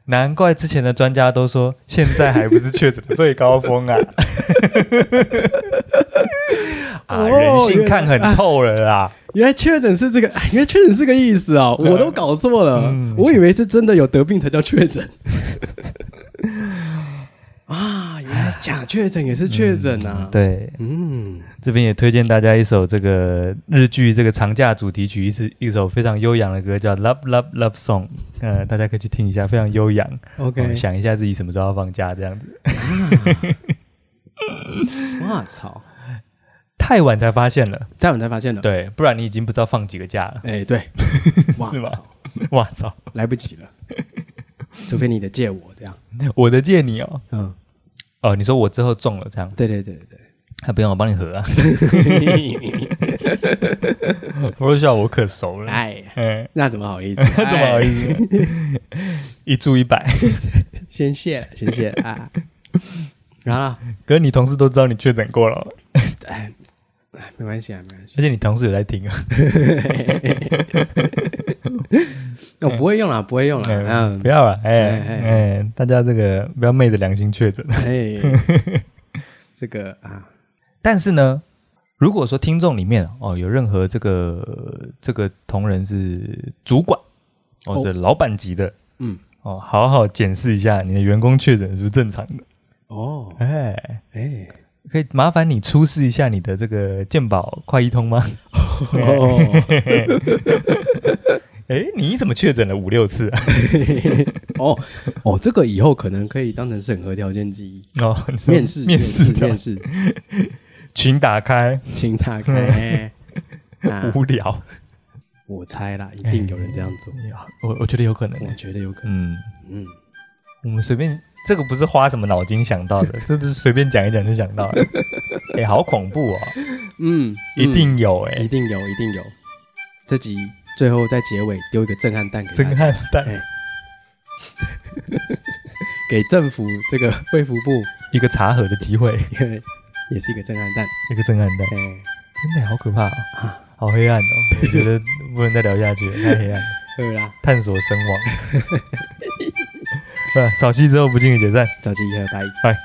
[SPEAKER 1] 难怪之前的专家都说，现在还不是确诊的最高峰啊！啊，
[SPEAKER 2] 哦啊
[SPEAKER 1] 人性看很透了啦。
[SPEAKER 2] 原来确诊是这个，哎原来确诊是个意思哦，我都搞错了，
[SPEAKER 1] 啊嗯
[SPEAKER 2] 我以为是真的有得病才叫确 诊。啊，原来假确诊也是确诊啊。，
[SPEAKER 1] 对，
[SPEAKER 2] 嗯，
[SPEAKER 1] 这边也推荐大家一首这个日剧这个长假主题曲，一是一首非常悠扬的歌，叫《Love Love Love Song》，呃，大家可以去听一下，非常悠扬。
[SPEAKER 2] OK
[SPEAKER 1] 哦想一下自己什么时候要放假，这样子。
[SPEAKER 2] 哇操，
[SPEAKER 1] 太晚才发现了，
[SPEAKER 2] 待会才发现的。，
[SPEAKER 1] 对，不然你已经不知道放几个假 了。
[SPEAKER 2] 哎，对，哇
[SPEAKER 1] 是吗
[SPEAKER 2] 操
[SPEAKER 1] 哇操！
[SPEAKER 2] 来不及 了，除非你的借我这样。
[SPEAKER 1] 我的借你哦，
[SPEAKER 2] 嗯，
[SPEAKER 1] 哦，你说我之后中了这样，
[SPEAKER 2] 对对对 对
[SPEAKER 1] 还不用我帮你合啊？
[SPEAKER 2] 对。
[SPEAKER 1] 我笑我可熟了，
[SPEAKER 2] 哎，
[SPEAKER 1] 嗯，
[SPEAKER 2] 那怎么 好意思？
[SPEAKER 1] 怎么好意
[SPEAKER 2] 思？
[SPEAKER 1] 思？ 一注一百，
[SPEAKER 2] 哎先谢了，先谢 了啊。然后啊，
[SPEAKER 1] 可是你同事都知道你确诊过了，
[SPEAKER 2] 哎，哎没关系啊，没关系。
[SPEAKER 1] 而且你同事有在听啊，
[SPEAKER 2] 我哦不会用啦，不会用啦。
[SPEAKER 1] 嗯，
[SPEAKER 2] 嗯
[SPEAKER 1] 不，要了，哎
[SPEAKER 2] 哎哎
[SPEAKER 1] 哎，大家这个不要昧着良心确诊。
[SPEAKER 2] 哎， 这个啊，
[SPEAKER 1] 但是呢，如果说听众里面哦有任何这个这个同仁是主管，哦
[SPEAKER 2] 哦
[SPEAKER 1] 是老板级的，
[SPEAKER 2] 嗯，
[SPEAKER 1] 哦，好好检视一下你的员工确诊是不是正常的。
[SPEAKER 2] 哦，
[SPEAKER 1] 哎，
[SPEAKER 2] 哎，
[SPEAKER 1] 可以麻烦你出示一下你的这个健保快一通吗？
[SPEAKER 2] 哦，
[SPEAKER 1] 哎，你怎么确诊了五六次啊？
[SPEAKER 2] 哦，哦，这个以后可能可以当成审核条件之一，
[SPEAKER 1] 哦，你说
[SPEAKER 2] 面试，
[SPEAKER 1] 面试
[SPEAKER 2] 面
[SPEAKER 1] 的，
[SPEAKER 2] 试，面
[SPEAKER 1] 请打开，
[SPEAKER 2] 试请打开。 啊，
[SPEAKER 1] 无聊。
[SPEAKER 2] 我猜啦，一定有人这样做，
[SPEAKER 1] 我我觉得有可能。
[SPEAKER 2] 我觉得有可能。
[SPEAKER 1] 嗯，
[SPEAKER 2] 嗯，
[SPEAKER 1] 我们随便这个不是花什么脑筋想到的，这只是随便讲一讲就想到了。 哎，好恐怖哦！
[SPEAKER 2] 嗯，
[SPEAKER 1] 一定有
[SPEAKER 2] 一
[SPEAKER 1] 哎，
[SPEAKER 2] 定有，一定有。这集最后在结尾丢一个震撼弹给大家
[SPEAKER 1] 震撼弹，
[SPEAKER 2] 哎，给政府这个卫福部
[SPEAKER 1] 一个茶盒的机会，
[SPEAKER 2] 一个也是一个震撼弹。
[SPEAKER 1] 一个震撼弹，
[SPEAKER 2] 哎，
[SPEAKER 1] 真的好可怕哦。
[SPEAKER 2] 啊，
[SPEAKER 1] 好黑暗哦，我觉得不能再聊下去了，太黑暗了，
[SPEAKER 2] 对啦，
[SPEAKER 1] 探索 身亡。啊，扫息之后不敬礼解散，
[SPEAKER 2] 小鸡一二拜。
[SPEAKER 1] 拜。